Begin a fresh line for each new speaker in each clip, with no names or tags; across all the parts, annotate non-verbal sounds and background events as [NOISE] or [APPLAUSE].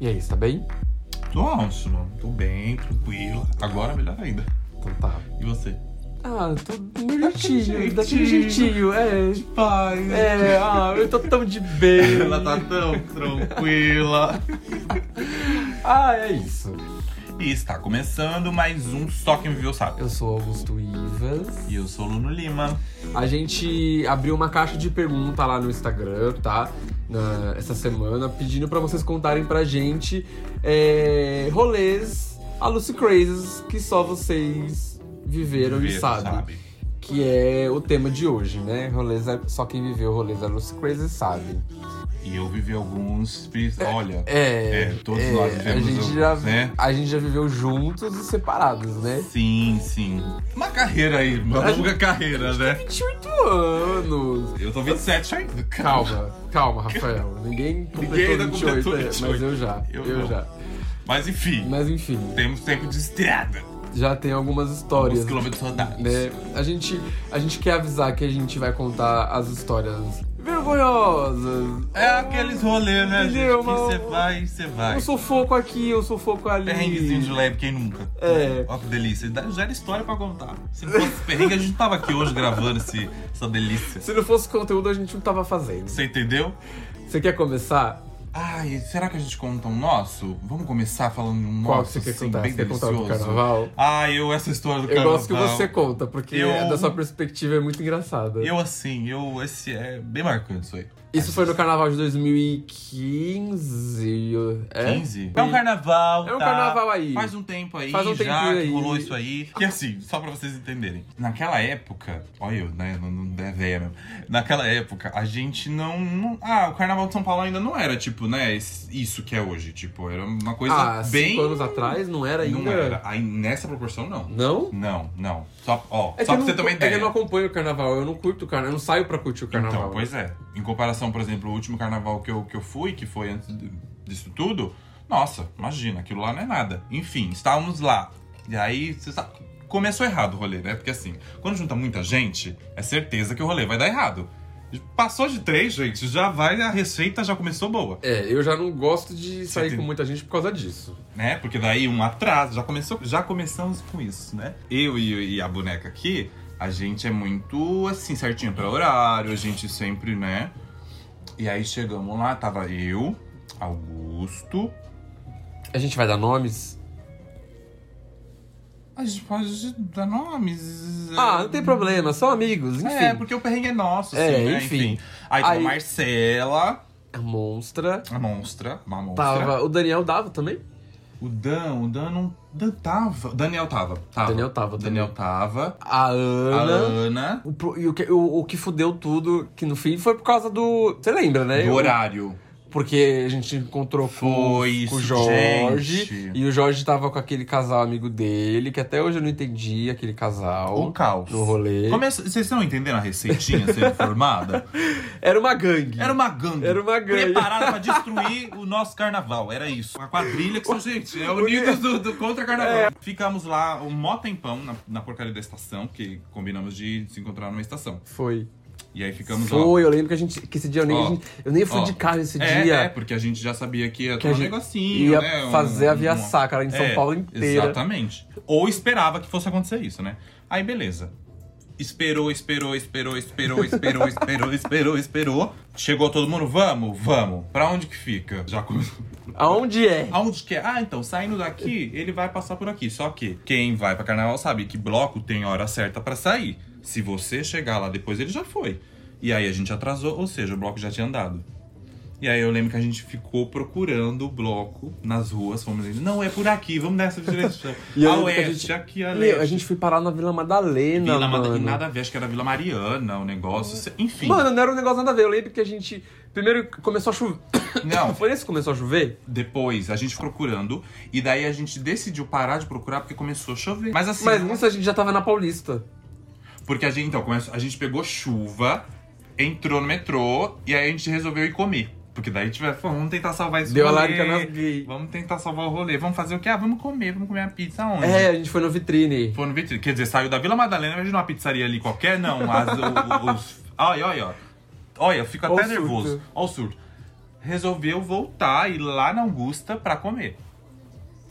E aí, você tá bem?
Tô ótimo, tô bem, tranquilo. Agora melhor ainda.
Então tá.
E você?
Ah, tô do meu [LAUGHS] jeitinho,
jeitinho.
daquele jeitinho, é.
Paz.
[LAUGHS] É, ah, eu tô tão de bem.
Ela tá tão tranquila.
Ah, é isso.
E está começando mais um Só Quem Viveu Sabe.
Eu sou Augusto Ivas.
E eu sou o Luno Lima.
A gente abriu uma caixa de pergunta lá no Instagram, tá? Na- essa semana, pedindo pra vocês contarem pra gente é, rolês a Lucy Crazes que só vocês viveram e
Viveu,
sabem. que é o tema de hoje, né? Rolês, é- só quem viveu rolês da Lucy Crazy sabe.
E eu vivi alguns. fiz- Olha,
É,
É, todos nós
a
vivemos
gente
alguns,
já,
né?
a gente já viveu juntos e separados, né?
sim, sim. Uma carreira aí, uma
A gente-
longa carreira, né?
28 anos.
Eu tô 27 ainda.
Calma, calma, Rafael.
[LAUGHS]
Ninguém completou
ainda
28,
completou
é,
28.
mas eu já, eu,
Eu não.
já.
Mas enfim,
Mas enfim,
temos tempo de estrada.
já tem algumas histórias.
Alguns quilômetros rodados.
né? A gente, a gente quer avisar que a gente vai contar as histórias vergonhosas.
É aqueles rolês, né, gente?
Entendeu,
Que
mano?
você vai e você vai.
Eu sou foco Ah, aqui, eu sou foco ali.
Perrenguezinho de leve, quem nunca?
É.
Ó que delícia. Dá- Já era história pra contar. Se não fosse [LAUGHS] perrengue, a gente não tava aqui hoje gravando esse, essa delícia.
Se não fosse conteúdo, a gente não tava fazendo.
Você entendeu?
Você quer começar?
Ai, será que a gente conta um nosso? Vamos começar falando de um
Qual que
nosso,
você quer
assim,
contar?
bem
Você quer contar
delicioso.
o do carnaval?
Ah, eu, essa história do
Eu
carnaval.
gosto que você conta, porque
Eu-
da sua perspectiva é muito engraçada.
Eu, assim, eu, esse é bem marcante isso aí.
Isso foi no carnaval de 2015. É?
15? É um carnaval,
É um
tá?
carnaval aí.
Faz um tempo aí
Faz um
já
tempinho
que
aí.
rolou isso aí. E assim, só pra vocês entenderem. Naquela época, olha eu, né? Não, não é véia mesmo. Naquela época, a gente não, não- Ah, o carnaval de São Paulo ainda não era, tipo, né? esse- Isso que é hoje. Tipo, era uma coisa
Ah,
bem...
cinco anos atrás? Não era ainda?
Não era. Aí, nessa proporção, não.
Não?
Não, não. Só, ó,
É que
só
eu
pra
não-
você ter uma
É
ideia.
que eu não acompanho o carnaval, eu não curto o carnaval, eu não saio pra curtir o carnaval.
Então, pois é. Em comparação, por exemplo, o último carnaval que eu, que eu fui, que foi antes d- disso tudo, nossa, imagina, aquilo lá não é nada. Enfim, estávamos lá. E aí, você sabe, começou errado o rolê, né? Porque assim, quando junta muita gente, é certeza que o rolê vai dar errado. Passou de três, gente, já vai, a receita já começou boa.
É, eu já não gosto de sair
tem-
com muita gente por causa disso.
né? Porque daí um atraso, já começou, já começamos com isso, né? Eu e, e a boneca aqui, a gente é muito assim certinho pra horário, a gente sempre, né? E aí chegamos lá, tava eu, Augusto,
A gente vai dar nomes?
a gente pode dar nomes.
Ah, não tem problema, são amigos, enfim.
É, porque o perrengue é nosso, assim,
É,
né?
enfim.
Aí tava
Aí-
a Marcela,
A monstra.
a monstra, uma monstra.
Tava. O Daniel dava também?
O Dan, o Dan não. Dan tava. Daniel tava. tava.
Daniel tava também.
Daniel tava.
A
A
Ana.
Ana.
O, pro- e o, que, o, o que fudeu tudo, que no fim foi por causa do. Você lembra, né?
Do
Eu-
horário.
Porque a gente encontrou com,
Foi
com o
isso,
Jorge.
gente.
E o Jorge tava com aquele casal amigo dele, que até hoje eu não entendi aquele casal
O caos. é-
no rolê.
Começa- Vocês estão entendendo a receitinha
[LAUGHS]
sendo formada?
Era uma gangue.
Era uma gangue.
Era uma gangue.
Preparada pra destruir o nosso carnaval. Era isso. Uma quadrilha que, gente, é unidos do, do contra-carnaval.
É.
Ficamos lá um mó tempão na, na porcaria da estação, que combinamos de se encontrar numa estação.
Foi.
E aí ficamos lá.
Foi, eu lembro que a gente. Que esse dia eu nem,
Ó.
a gente- eu nem fui
Ó.
de carro esse
é,
dia.
é, porque a gente já sabia que ia
Que
ter
a
um
gente
negocinho,
Ia
né? um-
fazer a via
um-
sacra em São
É,
Paulo inteira.
Exatamente. Ou esperava que fosse acontecer isso, né? Aí beleza. Esperou, esperou, esperou, esperou, esperou, [LAUGHS] esperou, esperou, esperou. Chegou todo mundo, vamos, vamos. Pra onde que fica? Já começou.
Aonde é?
Aonde que é? Ah, então, saindo daqui, ele vai passar por aqui. Só que quem vai pra carnaval sabe que bloco tem hora certa pra sair. Se você chegar lá depois, ele já foi. E aí a gente atrasou, ou seja, o bloco já tinha andado. E aí eu lembro que a gente ficou procurando o bloco nas ruas, fomos dizendo, não, é por aqui, vamos nessa direção.
[LAUGHS] E eu
a
lembro que a
oeste,
gente-
aqui, a leste.
Meu, a gente foi parar na Vila Madalena.
é, Vila Mada-
mano.
e nada a ver, acho que era Vila Mariana o negócio, enfim.
Mano, não era um negócio nada a ver. Eu lembro que a gente. Primeiro começou a chover.
Não.
[COUGHS] Foi nesse que começou a chover?
Depois, a gente procurando, e daí a gente decidiu parar de procurar porque começou a chover. Mas assim,
Mas nisso a gente já tava na Paulista.
Porque a gente, então, começou- a gente pegou chuva, entrou no metrô e aí a gente resolveu ir comer. Porque daí tiver, vamos tentar salvar esse
Deu a
rolê.
larga nas gays.
Vamos tentar salvar o rolê. Vamos fazer o quê? Ah, vamos comer, vamos comer uma pizza onde?
É, a gente foi no vitrine.
Foi no vitrine. Quer dizer, saiu da Vila Madalena, mas de uma pizzaria ali qualquer, não. As, o- o- os, olha, olha, olha. Olha, eu fico
Olha
até
o surto.
nervoso. Olha o surto. resolveu voltar e ir lá na Augusta pra comer.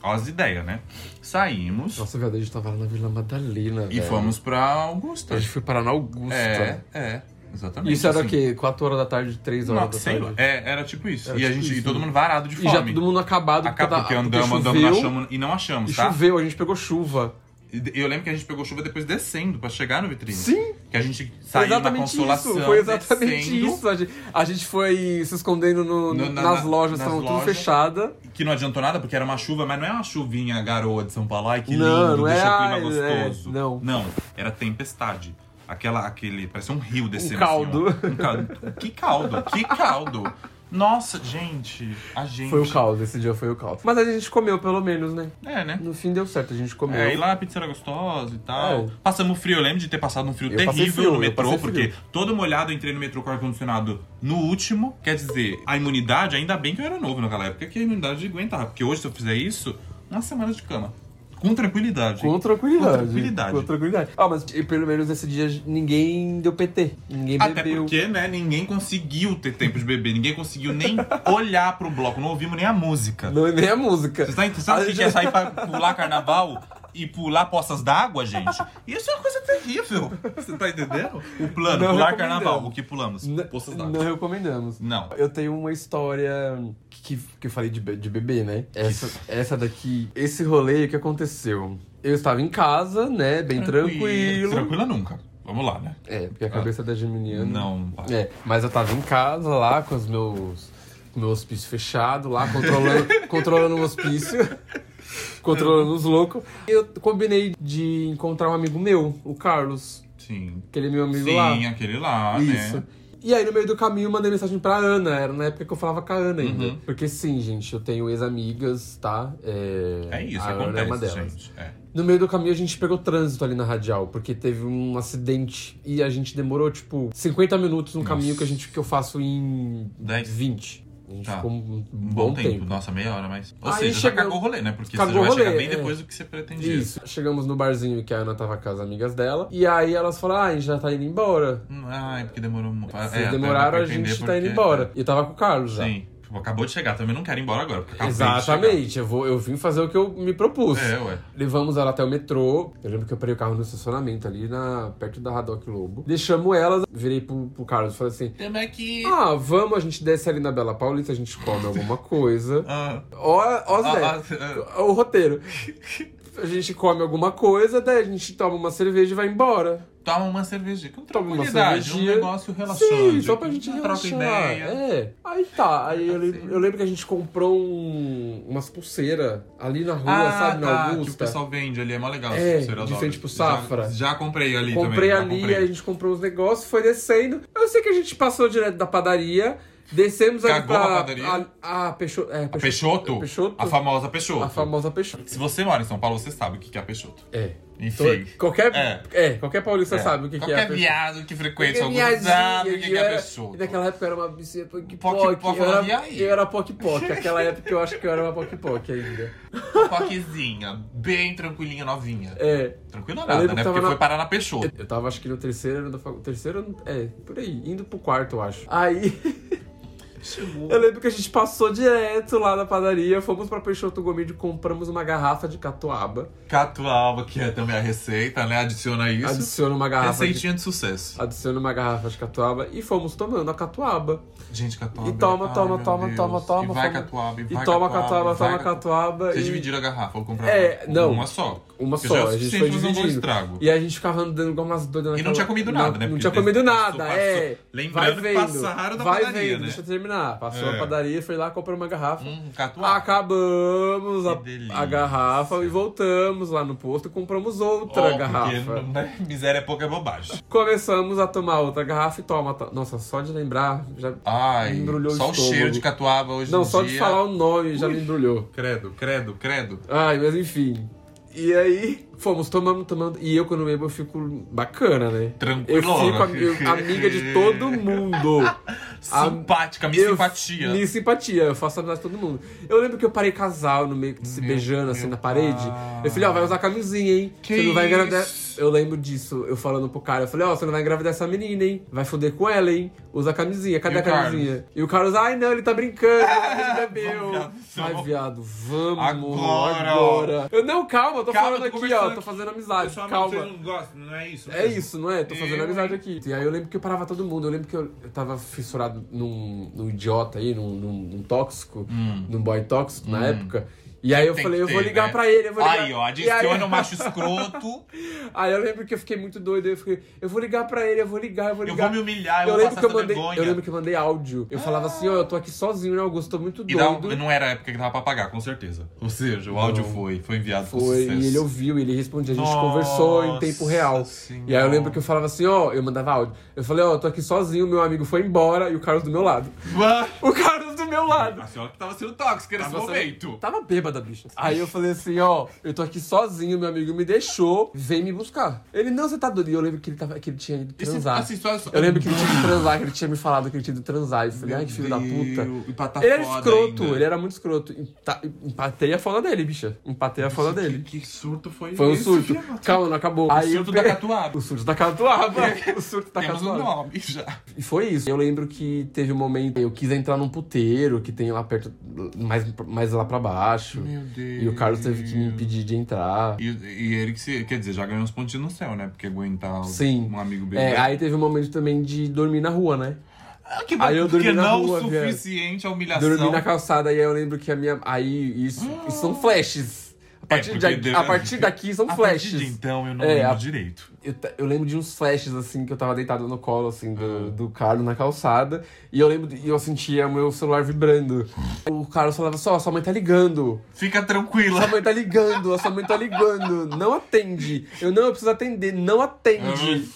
Ó as ideias, né? Saímos
Nossa, é. viado, a gente tava lá na Vila Madalena.
e
velho.
fomos pra Augusta.
A gente foi parar na Augusta.
É, é, exatamente.
Isso era o
assim.
quê? 4 horas da tarde, 3 horas
Não,
da
sei lá.
tarde?
É, era tipo isso.
Era
e a
tipo
gente,
isso,
e todo
né?
mundo varado de
E
fome.
já todo mundo acabado, porque,
Acabou
tá,
porque
porque
andamos,
choveu,
andamos, não achamos e não achamos,
e
tá?
choveu, a gente pegou chuva.
E Eu lembro que a gente pegou chuva depois descendo pra chegar no vitrine.
Sim,
Que a gente saiu na
exatamente
consolação.
isso. Foi exatamente
descendo,
isso. A gente, a gente foi se escondendo no-
No- na-
nas
na-
lojas,
nas
estavam tudo
lojas.
fechada.
Que não adiantou nada, porque era uma chuva, mas não é uma chuvinha garoa de São Paulo. Ai, que
Não,
lindo,
não é,
deixa o
ai,
clima gostoso.
é, não.
era tempestade. Aquela, aquele, parecia um rio descendo.
caldo.
assim, ó. um caldo. Que caldo, que caldo. Nossa, gente, a gente...
Foi um o caos, esse dia foi o caos. Mas a gente comeu pelo menos, né?
É, né?
No fim deu certo, a gente comeu.
É, e lá a pizza era gostosa e tal.
É.
Passamos frio, eu lembro de ter passado um frio
Eu passei
terrível
frio,
no
eu
metrô,
passei
porque
frio.
todo molhado eu entrei no metrô com ar-condicionado no último. Quer dizer, a imunidade, ainda bem que eu era novo naquela época, que a imunidade aguentava. Porque hoje, se eu fizer isso, uma semana de cama. Com tranquilidade.
Com tranquilidade.
Com tranquilidade.
Com tranquilidade. Ah, mas e pelo menos esse dia ninguém deu PT. Ninguém
Até
bebeu.
porque, né, ninguém conseguiu ter tempo de beber, ninguém conseguiu nem [LAUGHS] olhar pro bloco, não ouvimos nem a música.
Não, é nem a música.
Você tá entendendo? Sabe o
A
que
gente-
que
[LAUGHS]
é sair pra pular carnaval e pular poças d'água, gente? Isso é uma coisa terrível. Você tá entendendo? O plano,
Não
pular
recomendamos.
carnaval. O que pulamos? Poças
N-
d'água.
Não recomendamos.
Não.
Eu tenho uma história que, que eu falei de, be- de bebê, né? Essa, essa daqui, esse rolê, o que aconteceu? Eu estava em casa, né? Bem tranquilo.
Tranquila nunca. Vamos lá, né?
É, porque a cabeça da Geminiana.
Não, pá.
É, mas eu tava em casa lá com os meus com meu hospício fechado lá, controlando,
[LAUGHS]
controlando o hospício, controlando os loucos. Eu combinei de encontrar um amigo meu, o Carlos,
Sim.
aquele meu amigo
Sim,
lá.
aquele lá,
Isso.
né?
E aí, no meio do caminho, eu mandei mensagem pra Ana. Era na época que eu falava com a Ana ainda.
Uhum.
Porque, sim, gente, eu tenho ex-amigas, tá? É,
É isso,
a Ana é uma
acontece,
delas.
gente. É.
No meio do caminho a gente pegou trânsito ali na radial, porque teve um acidente e a gente demorou, tipo, 50 minutos no caminho que a gente que eu faço em
Dez.
20. A gente
Tá.
ficou um, um
Um
bom, tempo.
Nossa, meia hora, mas... Ou
Aí
seja, já
chegou-
cagou o rolê, né? Porque
Cagou
você já vai
o rolê,
chegar bem
é.
depois do que você pretendia.
Isso. Chegamos no barzinho que a Ana tava com as amigas dela. E aí elas falaram: ah, a gente já tá indo embora.
Hum, Ai, porque demorou muito. É,
Vocês
até dá
demoraram,
pra
a gente
entender
tá indo
porque- é.
embora. E eu tava com o Carlos já.
Sim. Tipo, acabou de chegar, também não quero ir embora agora. Porque acabei de
Exatamente, eu, vou, eu vim fazer o que eu me propus.
chegar. É, ué.
Levamos ela até o metrô. Eu lembro que eu parei o carro no estacionamento ali, na, perto da Radoc Lobo. Deixamos elas, virei pro, pro Carlos e falei assim:
Temos aqui.
Ah, vamos, a gente desce ali na Bela Paulista, a gente come alguma coisa.
Ah.
Ó, ó as
Ah,
ideias.
ah,
O roteiro. A gente come alguma coisa, daí a gente toma uma cerveja e vai embora.
Toma uma cervejinha. Com
Toma uma
tranquilidade, um
cervejinha.
negócio relaxante.
Sim, só pra gente
Não
relaxar.
Troca ideia. É assim.
É. Aí tá, aí eu, lembro- eu lembro que a gente comprou um- umas pulseiras ali na rua,
Ah,
sabe, na
tá, que o
Augusta.
pessoal vende ali, é mó legal.
É,
esse Cereal
de
Dog.
frente pro
Já-
Safra.
Já, comprei ali
Comprei
também. já
ali,
comprei.
aí a gente comprou os negócios, foi descendo. Eu sei que a gente passou direto da padaria, descemos ali
Cagou
pra...
na padaria?
A, a Peixoto... É,
A Peixoto,
Peixoto?
A famosa Peixoto.
A famosa Peixoto.
Se você mora em São Paulo, você sabe o que que é a Peixoto.
É.
Enfim.
To- Qualquer,
É.
é. qualquer paulista sabe o que, que é a
Qualquer
Peixoto.
viado que frequenta
Qualquer
algum
viadinha
sabe o que que é a
era-
Peixoto.
Naquela época eu era uma bici Poc
Poc-
Poc.
Poc,
Eu
e
era,
aí?
eu era Poc Poc. Aquela época eu acho que eu era uma Poc Poc ainda.
Poquezinha, bem tranquilinha, novinha.
É.
Tranquila
Eu
nada,
lembro
né?
que tava
Porque
na-
foi parar na Peixoto.
Eu tava acho que no terceiro ano da faculdade. Terceiro ano. É, por aí. Indo pro quarto, eu acho. Aí.
[LAUGHS] Chegou.
Eu lembro que a gente passou direto lá na padaria, fomos pra Peixoto Gomide, compramos uma garrafa de catuaba.
Catuaba, que é também a receita, né? Adiciona isso.
Adiciona uma garrafa. De,
Receitinha de sucesso.
adiciona uma garrafa de catuaba e fomos tomando a catuaba.
Gente, catuaba.
E toma,
ai,
toma,
meu
toma,
Deus.
toma, toma.
E vai
toma.
catuaba, e
E
vai
toma
catuaba,
catuaba,
e vai
toma
catuaba.
catuaba.
Vocês
e-
dividiram a garrafa, ou compraram
É, não.
uma só.
Uma
Porque
só,
já é
a gente
suficiente
foi
pra fazer um bom
dividindo.
estrago.
E a gente ficava andando igual umas doidas
E
naquela...
não tinha comido nada,
Na-
né?
Não
Porque
tinha comido
passou-
nada,
passou-
é.
Lembrando
Vai
que
vendo,
passaram da
vai
padaria,
vendo,
né?
deixa eu terminar. Passou
É.
a padaria, foi lá, comprou uma garrafa.
Hum, catuaba.
Acabamos
Que
a,
delícia.
a garrafa e voltamos lá no posto e compramos outra
Ó,
garrafa.
Porque, né, miséria é pouca é bobagem.
Começamos a tomar outra garrafa e toma. to- Nossa, só de lembrar, já.
Ai,
Embrulhou o
só o
estômago.
cheiro de catuaba hoje
Não,
em
só
dia.
de falar o nome já me embrulhou.
Credo, credo, credo.
Ai, mas enfim. E aí, Fomos tomando, tomando. E eu, quando bebo, eu fico bacana, né? Eu
Tranquilona.
fico am- eu- amiga de todo mundo.
Simpática, me
Eu-
simpatia.
Me simpatia, eu faço amizade com todo mundo. Eu lembro que eu parei casal no meio, se beijando assim na parede. Eu falei, ó, vai usar camisinha, hein?
Que
você não vai engravidar.
isso?
Eu lembro disso, eu falando pro cara, eu falei, ó, você não vai engravidar essa menina, hein? Vai foder com ela, hein? Usa a camisinha, cadê
E
a
o Carlos?
camisinha? E o Carlos, ai não, ele tá brincando, ele bebeu.
viado,
Ai,
[LAUGHS] vamos.
viado, vamos
Agora,
agora.
ó.
Eu, não, calma, eu tô
Calma,
falando
tô
aqui,
conversando
ó, tô
aqui.
fazendo
Eu
amizade,
sou amado,
calma.
vocês não gostam, não é isso?
É isso, não é? Tô fazendo
Eu,
amizade
hein?
aqui. E aí eu lembro que eu parava todo mundo. Eu lembro que eu, eu tava fissurado num, num idiota aí, num, num- num tóxico, num boy tóxico na época. E aí eu
Hum. Tem
falei,
que
eu vou
ter,
ligar
né?
pra ele, eu vou ligar.
Aí, ó,
E aí- [LAUGHS]
adiciona o macho escroto.
Aí eu lembro que eu fiquei muito doido. Eu fiquei, eu vou ligar pra ele, eu vou ligar, eu vou
Eu
ligar.
vou me humilhar, eu,
Eu
vou
lembro,
passar
que eu,
essa
mandei,
vergonha.
eu lembro que eu mandei áudio. Eu falava assim, ó, eu tô aqui sozinho, né, Augusto? Tô muito
E dá um-
doido.
não era a época que dava pra pagar, com certeza. Ou seja, o áudio foi, foi enviado com
Foi,
sucesso.
e ele ouviu, ele respondia, a gente
é Nossa
conversou em tempo real.
Senhora.
E aí eu lembro que eu falava assim, ó, eu mandava áudio. Eu falei, ó, eu tô aqui sozinho, meu amigo foi embora e o Carlos do meu lado.
Ué,
O Carlos do meu lado.
Ah, A senhora que tava sendo tóxica nesse
Tava sendo-
momento.
Tava bêbada, bicha. Aí eu falei assim, ó, eu tô aqui sozinho, meu amigo me deixou, vem me buscar. Ele, não, você tá doido. E eu lembro que ele, tava, que ele tinha ido
Esse- assim,
transar.
essa história-
Eu lembro que ele tinha ido transar, que ele tinha me falado que ele tinha ido transar. E eu falei,
Meu
ai, que filho da
Deus,
puta.
e pra tá
ele era
foda
escroto,
ainda.
ele era muito escroto. E tá- Empatei a foda dele, bicha. Empatei a foda dele.
Que, que surto foi
Foi um
esse,
surto.
filha da-
Calma, não acabou.
O surto da catuaba.
O surto da catuaba. [LAUGHS] o surto [LAUGHS] da
Temos um
catuaba.
nome já.
E foi isso. Eu lembro que teve um momento. Eu quis entrar num puteiro que tem lá perto. Mais, mais lá pra baixo.
Meu Deus.
E o Carlos teve que me impedir de entrar.
E, e ele que se. Quer dizer, já ganhou uns pontinhos no céu, né? Porque aguentar o-
Sim.
um amigo bebê.
É, aí teve um momento também de dormir na rua, né?
Ah, que
aí eu
porque
dormi na
não o
rua, viado.
suficiente a humilhação.
Dormi na calçada e aí eu lembro que a minha. Aí isso, isso são flashes. A partir,
É, porque
daqui,
deu-
a partir daqui são
A
flashes.
partir de então eu não
É,
lembro
a-
direito.
Eu, ta- eu lembro de uns flashes, assim, que eu tava deitado no colo, assim, do, do Carlos na calçada. E eu lembro, de- e eu sentia meu celular vibrando. O Carlos falava só, sua mãe tá ligando.
Fica
Sua
tranquila.
mãe tá ligando, a sua mãe tá ligando. Não atende. Eu não, eu preciso atender. Não atende.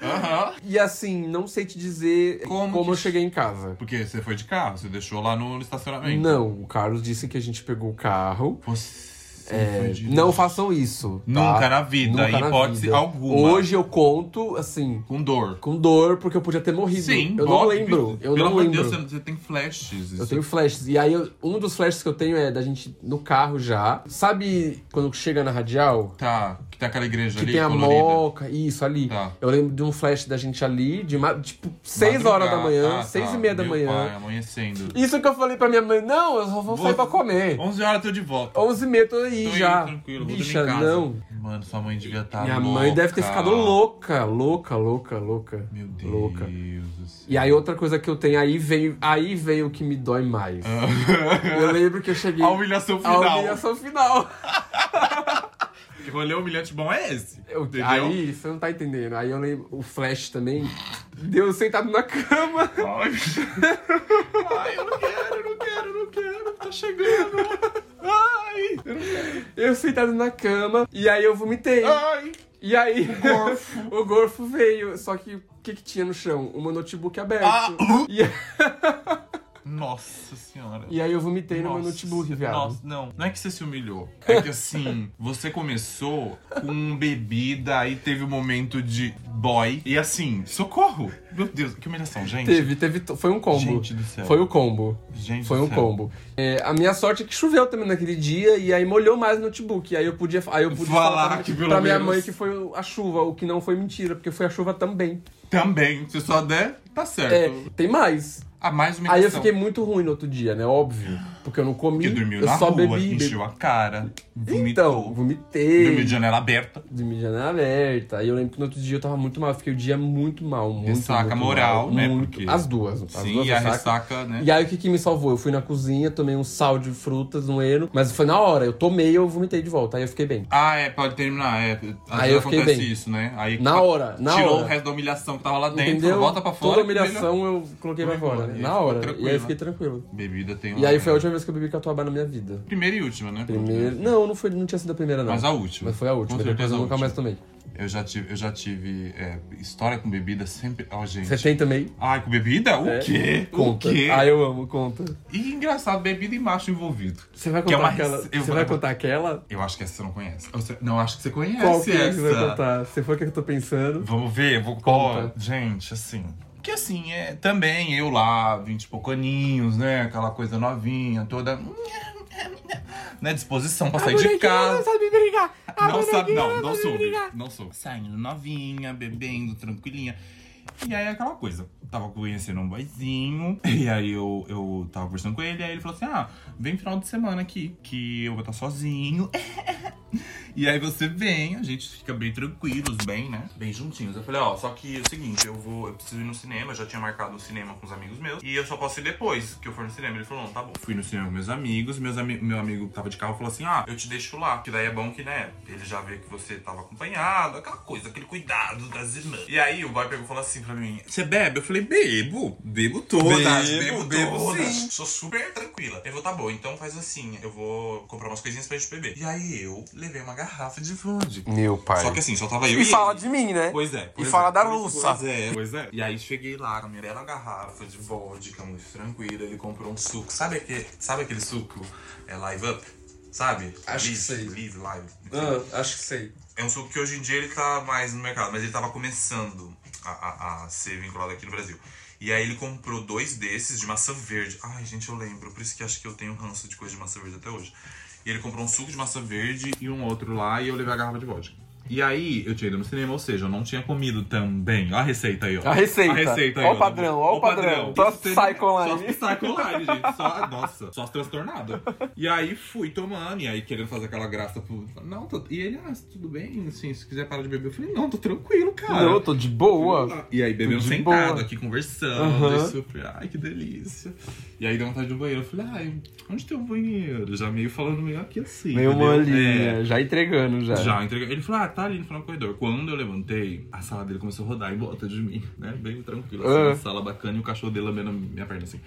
Aham.
E assim, não sei te dizer
Como
como,
que-
eu cheguei em casa.
Porque você foi de carro, você deixou lá no estacionamento.
Não, o Carlos disse que a gente pegou o carro.
Você
É,
foi de-
não façam isso. tá?
Nunca na vida,
Nunca
em
na
hipótese
vida.
alguma.
Hoje eu conto, assim,
Com dor.
com dor, porque eu podia ter morrido.
Sim,
eu não
óbvio.
lembro. Eu
Pelo
não
amor de
lembro.
Deus, você, você tem flashes.
Eu
isso.
tenho flashes. E aí, eu- um dos flashes que eu tenho é da gente no carro já. Sabe quando chega na radial?
Tá, que tem aquela igreja
Que
ali,
tem a
colorida.
moca, isso, ali.
Tá.
Eu lembro de um flash da gente ali, de ma- tipo, 6 horas da manhã,
Ah,
6
tá.
e meia da
Meu
manhã.
Pai, amanhecendo.
Isso que eu falei pra minha mãe, não, eu só vou,
Vou-
sair pra comer.
11 horas eu tô de volta.
11 e meia, tô aí
Tô
já.
indo, tranquilo, vou
Bicha,
dormir em casa.
não.
Mano, sua mãe devia estar
minha
louca.
mãe deve ter ficado louca, louca, louca, louca.
Meu Deus
Louca.
do céu.
E aí outra coisa que eu tenho, aí veio, aí veio o que me dói mais. eu lembro que eu cheguei...
[LAUGHS] Ah. [LAUGHS] A humilhação
A
final.
humilhação final.
Que rolê humilhante bom é esse?
Eu-
entendeu?
aí, você não tá entendendo. Aí eu lembro, o Flash também deu sentado na cama.
[LAUGHS]
[LAUGHS]
Ai, Ai, eu não quero, eu não quero, eu não quero. Tá chegando. Ai, eu não quero.
Eu sentado na cama, e aí eu vomitei.
Ai.
E aí, [LAUGHS] o gorfo veio. Só que o que, que tinha no chão? O meu notebook aberto.
Ah.
E,
Nossa senhora.
e aí eu vomitei no meu
Nossa,
notebook, viado.
Nossa, não. Não é que você se humilhou. É
[LAUGHS]
que assim, você começou com bebida, aí teve o momento de boy. E assim, socorro! Meu Deus, que humilhação, gente.
Teve, teve. to- Foi um combo.
Gente do céu.
Foi o combo.
Gente
Foi
do
um
céu.
combo. É, a minha sorte é que choveu também naquele dia e aí molhou mais o notebook. Aí eu podia, aí eu pude
Falar
pra,
que pelo
pra minha
menos-
mãe que foi o- a chuva, o que não foi mentira, porque foi a chuva também.
Também, se só der, tá certo.
É, tem mais.
Ah, mais uma
Aí eu
humilhação.
fiquei muito ruim no outro dia, né? Óbvio. Porque eu não comi.
Porque dormiu
eu
na
só
rua,
bebi.
encheu a cara, vomitou.
bebi. Então, vomitei.
Dormiu de janela aberta.
Dormi de janela aberta. E eu lembro que no outro dia eu tava muito mal. Eu fiquei o dia muito mal. Muito,
Ressaca
muito
moral,
mal,
né?
Muito.
Porque-
As duas. As
Sim,
duas
e a
ressacas.
ressaca, né?
E aí o que, que me salvou? Eu fui na cozinha, tomei um sal de frutas, um eno. Mas foi na hora. Eu tomei e eu vomitei de volta. Aí eu fiquei bem.
Ah, é, pode terminar. É,
Aí
às vezes
eu fiquei
acontece
bem.
isso, né? Aí
Na hora, na
tirou
hora.
o resto da humilhação que tava lá dentro,
Entendeu?
volta pra
Toda
fora.
humilhação, eu coloquei pra
Comemora,
fora.
e aí
Na
ficou Ah, é.
hora. E aí eu
tranquila.
fiquei tranquilo.
Bebida tem
E aí foi a última vez que eu bebi catuaba na minha vida.
Primeira e última, né?
Primeiro. Não, não, foi, não tinha sido a primeira, não.
Mas a última.
Mas foi a última.
Com
Depois
certeza
eu
a
nunca
última.
mais tomei.
Eu já tive, eu já tive é, história com bebida sempre. Ó, gente.
Você tem também?
Ai, com bebida? O
É.
quê?
Conta.
O quê?
Ah, eu amo, conta.
E engraçado, bebida e macho envolvido.
Você vai
Que é
contar
uma rece-
aquela.
eu
Você
vou-
vai contar aquela?
Eu acho que essa você não conhece. Ou você- Não, acho que você conhece
Qual que é que
essa.
você vai contar? Se for o que eu tô pensando.
Vamos ver, eu vou
Conta.
Ó, gente, assim. Que assim, é também eu lá, vinte e pouco aninhos, né? Aquela coisa novinha, toda. é, Né, disposição pra sair
é
de casa.
sabe brigar. é
Não sabe, não, não soube. Não soube. Saindo novinha, bebendo, tranquilinha. E aí aquela coisa. Tava conhecendo um boyzinho. [LAUGHS] E aí eu, eu tava conversando com ele. E aí ele falou assim: Ah, vem final de semana aqui, que eu vou estar sozinho. E aí você vem, a gente fica bem tranquilos, bem, né? Bem juntinhos. Eu falei, ó, só que é o seguinte, eu vou, eu preciso ir no cinema, eu já tinha marcado o cinema com os amigos meus, e eu só posso ir depois que eu for no cinema. Ele falou, não, tá bom. Fui no cinema com meus amigos, meus ami meu amigo que tava de carro falou assim, ah, eu te deixo lá, que daí é bom que, né, ele já vê que você tava acompanhado, aquela coisa, aquele cuidado das irmãs. E aí o boy pegou e falou assim pra mim, você bebe? Eu falei, bebo, bebo todas, bebo,
Bebo,
bebo,
bebo
todas.
sim.
Sou super tranquila. Eu vou, tá bom, então faz assim, eu vou comprar umas coisinhas pra gente beber. E aí eu levei uma garrafa de vodka.
Meu pai.
Só que assim, só tava eu e,
E fala
ele.
de mim, né?
Pois é. pois
fala
é,
da
pois-
Lussa.
Pois é, pois é. E aí cheguei lá com a minha bela garrafa de vodka, muito tranquila. Ele comprou um suco. Sabe aquele, sabe aquele suco é, Live Up? Sabe?
Acho que
live,
sei. Ah.
Live, live.
acho que sei.
É um suco que hoje em dia ele tá mais no mercado, mas ele tava começando a, a- a ser vinculado aqui no Brasil. E aí ele comprou dois desses de maçã verde. Ai, gente, eu lembro. Por isso que acho que eu tenho ranço de coisa de maçã verde até hoje. E ele comprou um suco de maçã verde e um outro lá e eu levei a garrafa de vodka. E aí, eu tinha ido no cinema, ou seja, eu não tinha comido também. Olha a receita aí, ó.
A receita.
A receita aí,
Ó o padrão, ó o padrão. Só
Isso
psycho online.
Só psycho online, gente. Só, nossa, só as transtornadas. E aí fui tomando, e aí querendo fazer aquela graça pro. Não, tô... E ele, ah, tudo bem, assim, se quiser parar de beber. Eu falei, não, tô tranquilo, cara.
Não, eu tô de boa.
E aí bebendo
Tudo de
sentado
boa.
aqui, conversando,
Aham.
e super, ai que delícia. E aí deu vontade de ir no banheiro. Eu falei, ai, onde tem um banheiro? Já meio falando meio aqui assim.
Meio né?
entendeu?
molinha. Já entregando já.
É, já entreguei. Ele falou, ah, tá ali no final do corredor. Quando eu levantei, a sala dele começou a rodar em volta de mim, né? Bem tranquilo, assim,
Ah.
uma sala bacana e o cachorro dele lambendo a minha perna assim.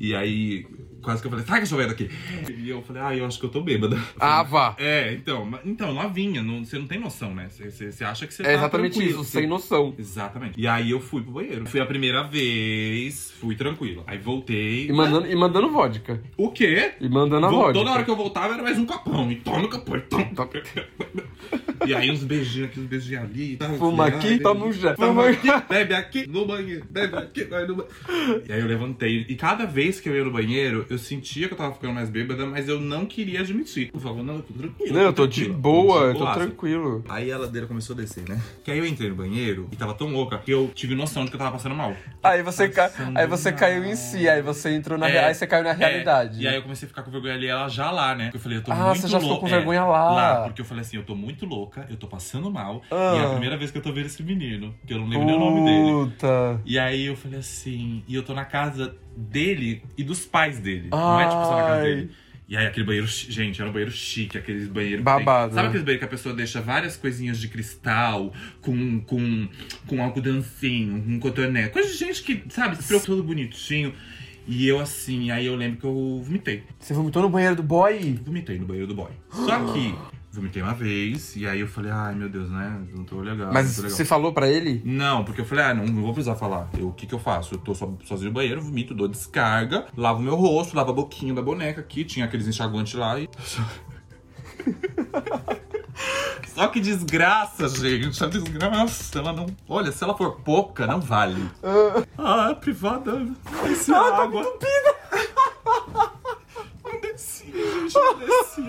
E aí, quase que eu falei, sai cachorro daqui. E eu falei, ah, eu acho que eu tô bêbada.
Ah, vá.
É, então, mas- então, novinha, não, você não tem noção, né? Você- Você você acha que você
É
tá
exatamente
tranquilo,
isso,
você-
sem noção.
Exatamente. E aí eu fui pro banheiro. Fui a primeira vez, fui tranquilo. Aí voltei.
E mandando, e mandando vodka.
O quê?
E mandando a
Vol-
vodka.
É. Toda hora que eu voltava era mais um capão. E toma o capão, e toma.
Toma. [LAUGHS]
e aí uns beijinhos aqui, uns beijinhos ali. Tá,
Fuma
assim,
aqui,
ai,
toma um já.
Toma
Fuma
aqui, bebe aqui, no banheiro, bebe aqui, vai no banheiro. E aí eu levantei. E cada vez que eu ia no banheiro, eu sentia que eu tava ficando mais bêbada, mas eu não queria admitir. Eu falava, não, eu tô tranquilo.
Não, eu tô de
tranquila,
boa, eu tô
boaça.
tranquilo.
Aí a ladeira começou a descer, né? Que aí eu entrei no banheiro e tava tão louca que eu tive noção de que eu tava passando mal.
Aí você, ca-
Passando
aí você
mal.
caiu em si, aí você entrou na
Tá É,
rea- aí você caiu na
é.
realidade. né?
E aí eu comecei a ficar com vergonha ali, ela já lá, né? Porque eu falei, eu tô
Ah,
muito louca.
você já ficou com
é,
vergonha lá.
Porque eu falei assim, eu tô muito louca, eu tô passando mal.
Ah. Uh.
E é a primeira vez que eu tô vendo esse menino, que eu não lembro nem o nome dele.
Puta.
E aí eu falei assim, e eu tô na casa dele e dos pais dele. Não é tipo só na casa
Ai.
dele. E aí aquele banheiro, chi- gente, era um banheiro chique, aqueles banheiros.
Babado,
Sabe
né?
aqueles banheiros que a pessoa deixa várias coisinhas de cristal, com, com, com algodãozinho, um cotoné. Coisa de gente que, sabe, se preocupa tudo bonitinho. E eu assim, aí eu lembro que eu vomitei.
Você vomitou no banheiro do boy?
Vomitei no banheiro do boy. Só que vomitei uma vez, e aí eu falei, ai meu Deus, né? Não tô legal.
Ah, Mas
não tô legal.
você falou pra ele?
Não, porque eu falei, ah, não, não vou precisar falar. Eu- o que que eu faço? Eu tô so- sozinho no banheiro, vomito, dou descarga, lavo meu rosto, lavo a boquinha da boneca aqui, tinha aqueles enxaguantes lá e. Só que desgraça, gente, a desgraça, ela não. Olha, se ela for pouca, não vale. Ah, tá privada. Desceu a água. não descia, gente. Não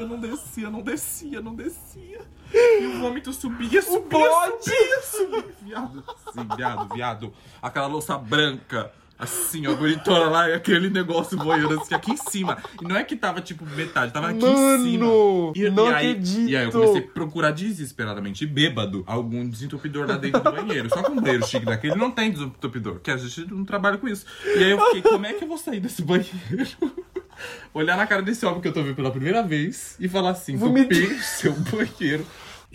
descia, não descia, não descia, não descia. E o vômito subia, subia,
bode.
subia, subia. Viado, sim, viado, viado. Aquela louça branca. Assim, ó, bonitona lá, e aquele negócio boiando assim, aqui em cima. E não é que tava, tipo, metade, tava aqui em cima.
Mano,
E,
não
e aí,
acredito.
E aí eu comecei a procurar desesperadamente, bêbado, algum desentupidor lá dentro do banheiro. Só que um banheiro chique daquele não tem desentupidor, que a gente não trabalha com isso. E aí eu fiquei, como é que eu vou sair desse banheiro? [LAUGHS] Olhar na cara desse homem que eu tô vendo pela primeira vez e falar assim,
Vomitei.
tupi seu banheiro.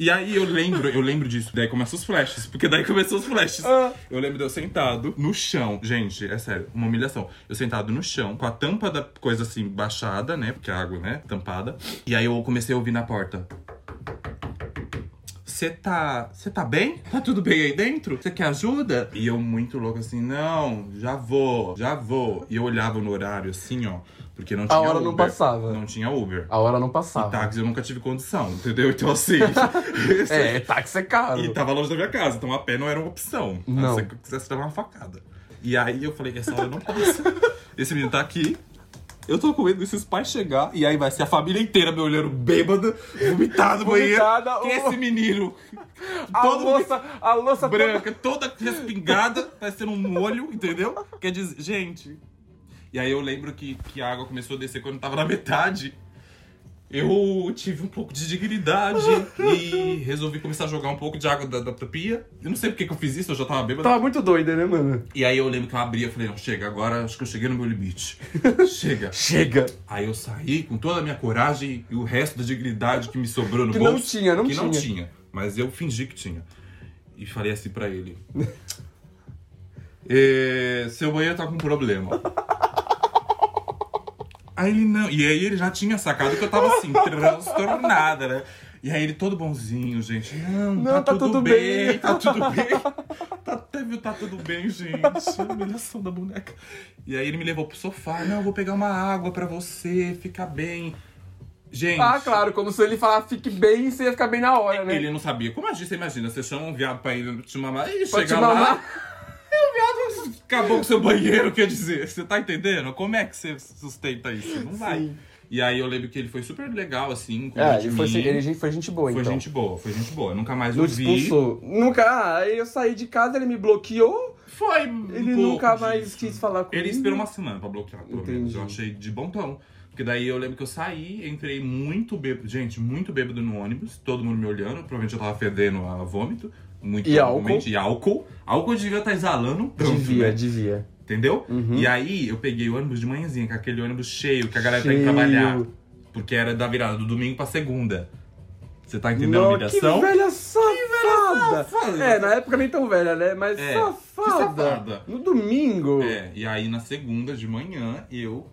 E aí eu lembro, eu lembro disso. Daí começam os flashes, porque daí começou os flashes.
Ah.
Eu lembro de eu sentado no chão. Gente, é sério, uma humilhação. Eu sentado no chão, com a tampa da coisa assim, baixada, né? Porque a água, né? Tampada. E aí eu comecei a ouvir na porta. Você tá. Você tá bem? Tá tudo bem aí dentro? Você quer ajuda? E eu muito louco assim, não, já vou, já vou. E eu olhava no horário assim, ó. Porque não tinha
hora
Uber.
não passava.
Não tinha Uber.
A hora não passava.
Táxi eu nunca tive condição, entendeu?
[LAUGHS]
Então assim.
É, táxi é caro.
E tá tava longe da minha casa, então a pé não era uma opção. A não
Não.
ser que eu quisesse levar uma facada. E aí eu falei, essa hora não passa. Esse menino tá aqui. Eu tô com medo desses pais chegar e aí vai ser a família inteira me olhando bêbada, vomitada, banheiro.
Vomitada,
Que é
o-
esse menino,
[LAUGHS] A
todo
louça, a louça
branca, toda respingada, parecendo um molho, entendeu? Quer dizer, gente. E aí eu lembro que, que a água começou a descer quando eu tava na metade. Eu tive um pouco de dignidade e resolvi começar a jogar um pouco de água da, da pia. Eu não sei porque que eu fiz isso, eu já tava bêbado.
Tava muito doida, né, mano?
E aí eu lembro que eu abri e falei, não, chega, agora acho que eu cheguei no meu
[LAUGHS]
limite. chega.
Chega.
Aí eu saí com toda a minha coragem e o resto da dignidade que me sobrou no
Que
bolso.
não tinha, não
que não
tinha.
tinha. Mas eu fingi que tinha. E falei assim pra ele. "É, seu banheiro tá com problema. Aí ele não. E aí ele já tinha sacado que eu tava assim, transtornada, né? E aí ele todo bonzinho, gente. Não,
Não,
tá, tudo, bem, Tá tudo bem. Tá, teve, tá tudo bem, gente. Humilhação da boneca. E aí ele me levou pro sofá. Não, eu vou pegar uma água pra você, ficar bem. Gente.
Ah, claro, como se ele falar fique bem e você ia ficar bem na hora, né?
Ele não sabia. Como a gente, você imagina, você chama um viado pra ir te mamar e
Pra te
chega lá.
mamar.
O viado acabou com seu banheiro, quer dizer. Você tá entendendo? Como é que você sustenta isso? Não vai.
Sim.
E aí eu lembro que ele foi super legal, assim, com
É,
de
ele foi,
mim.
ele foi gente boa,
Foi
então.
gente boa, foi gente boa. Eu nunca mais
Não
ouvi.
expulsou. Nunca. Aí eu saí de casa, ele me bloqueou.
Foi
Ele nunca mais quis falar comigo.
Um Ele esperou uma semana pra bloquear, pelo menos.
Entendi.
Eu achei de bom tom. Porque daí eu lembro que eu saí, entrei muito bêbado. Gente, muito bêbado no ônibus. Todo mundo me olhando. Provavelmente eu tava fedendo a vômito. Muito
E
provavelmente. E álcool. Álcool eu devia estar exalando. Tanto,
Devia,
né?
devia.
Entendeu?
Uhum.
E aí eu peguei o ônibus de manhãzinha, com aquele ônibus cheio, que a galera tem que trabalhar.
Cheio.
Porque era da virada do domingo pra segunda. Você tá entendendo a
Não, que
humilhação?
velha safada!
safada.
É, na época nem tão velha, né? Mas
É,
safada.
que safada.
No domingo!
É, e aí na segunda de manhã, eu,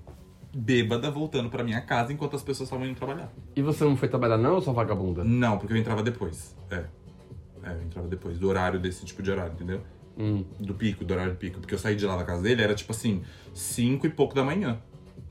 bêbada, voltando pra minha casa enquanto as pessoas estavam indo trabalhar.
E você não foi trabalhar, não, sua vagabunda?
Não, porque eu entrava depois. É. É, eu entrava depois, do horário desse tipo de horário, entendeu?
Hum.
Do pico, do horário do pico. Porque eu saí de lá da casa dele, era tipo assim, cinco e pouco da manhã.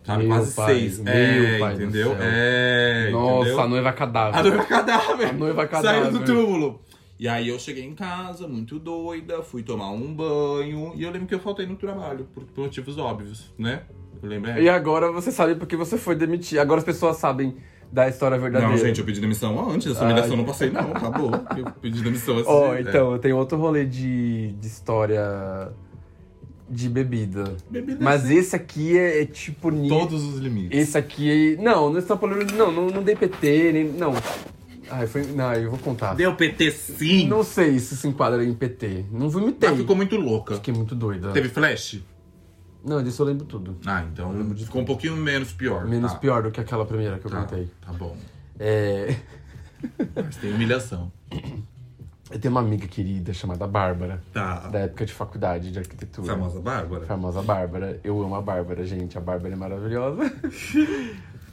Sabe?
Meu
Quase
pai,
seis.
meu
é,
pai do
entendeu?
céu.
É.
Nossa,
entendeu?
a noiva cadáver.
A noiva cadáver.
[LAUGHS] A noiva né? cadáver.
Saiu do túmulo. E aí eu cheguei em casa, muito doida, fui tomar um banho. E eu lembro que eu faltei no trabalho, por, por motivos óbvios, né? Eu lembro. é.
E agora você sabe porque você foi demitir. Agora as pessoas sabem da história verdadeira.
Não, gente, eu pedi demissão antes. Essa
Ai.
humilhação eu não
[LAUGHS]
passei, não. Acabou. Eu pedi demissão assim.
Ó,
é.
então, eu tenho outro rolê de, de história de bebida.
Bebida é assim.
Mas esse aqui é, é tipo... ni-
Todos os limites.
Esse aqui... é, Não, não está falando... Não, não, não dei PT, nem... Não. Ai, foi... Não, eu vou contar.
Deu PT sim.
Não sei se se enquadra em PT. Não vomitei.
Mas Ah, ficou muito louca.
Fiquei muito doida.
Teve flash?
Não, disso eu lembro tudo.
Ah, então ficou um pouquinho menos pior.
Menos
tá.
pior do que aquela primeira que eu
Tá,
contei.
tá bom.
É... [LAUGHS]
Mas tem humilhação.
Eu tenho uma amiga querida chamada Bárbara,
Tá.
da época de faculdade de arquitetura.
Famosa Bárbara?
Famosa Bárbara. Eu amo a Bárbara, gente. A Bárbara é maravilhosa. [LAUGHS]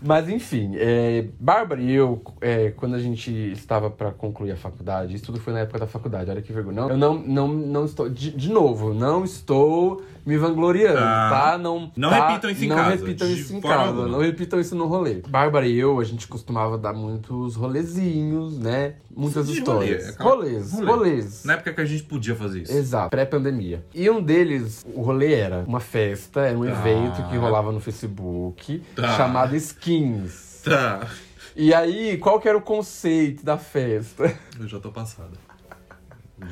Mas enfim, é, Bárbara e eu, é, quando a gente estava pra concluir a faculdade, isso tudo foi na época da faculdade, olha que vergonha. Não, Eu não, não, não estou, de, de novo, não estou me vangloriando,
Ah.
tá? Não,
Não
tá?
repitam isso em
não
casa,
repitam
de
isso em
forma
casa,
alguma.
não repitam isso no rolê. Bárbara e eu, a gente costumava dar muitos rolezinhos, né? Muitas
De rolê, é
histórias.
calma.
rolês,
Rolê.
rolês.
Na época que a gente podia fazer isso.
Exato, pré-pandemia. E um deles, o rolê era uma festa, era um
Tá.
evento que rolava no Facebook,
Tá.
chamado Skins.
Tá.
E aí, qual que era o conceito da festa? [LAUGHS]
Eu já tô passada.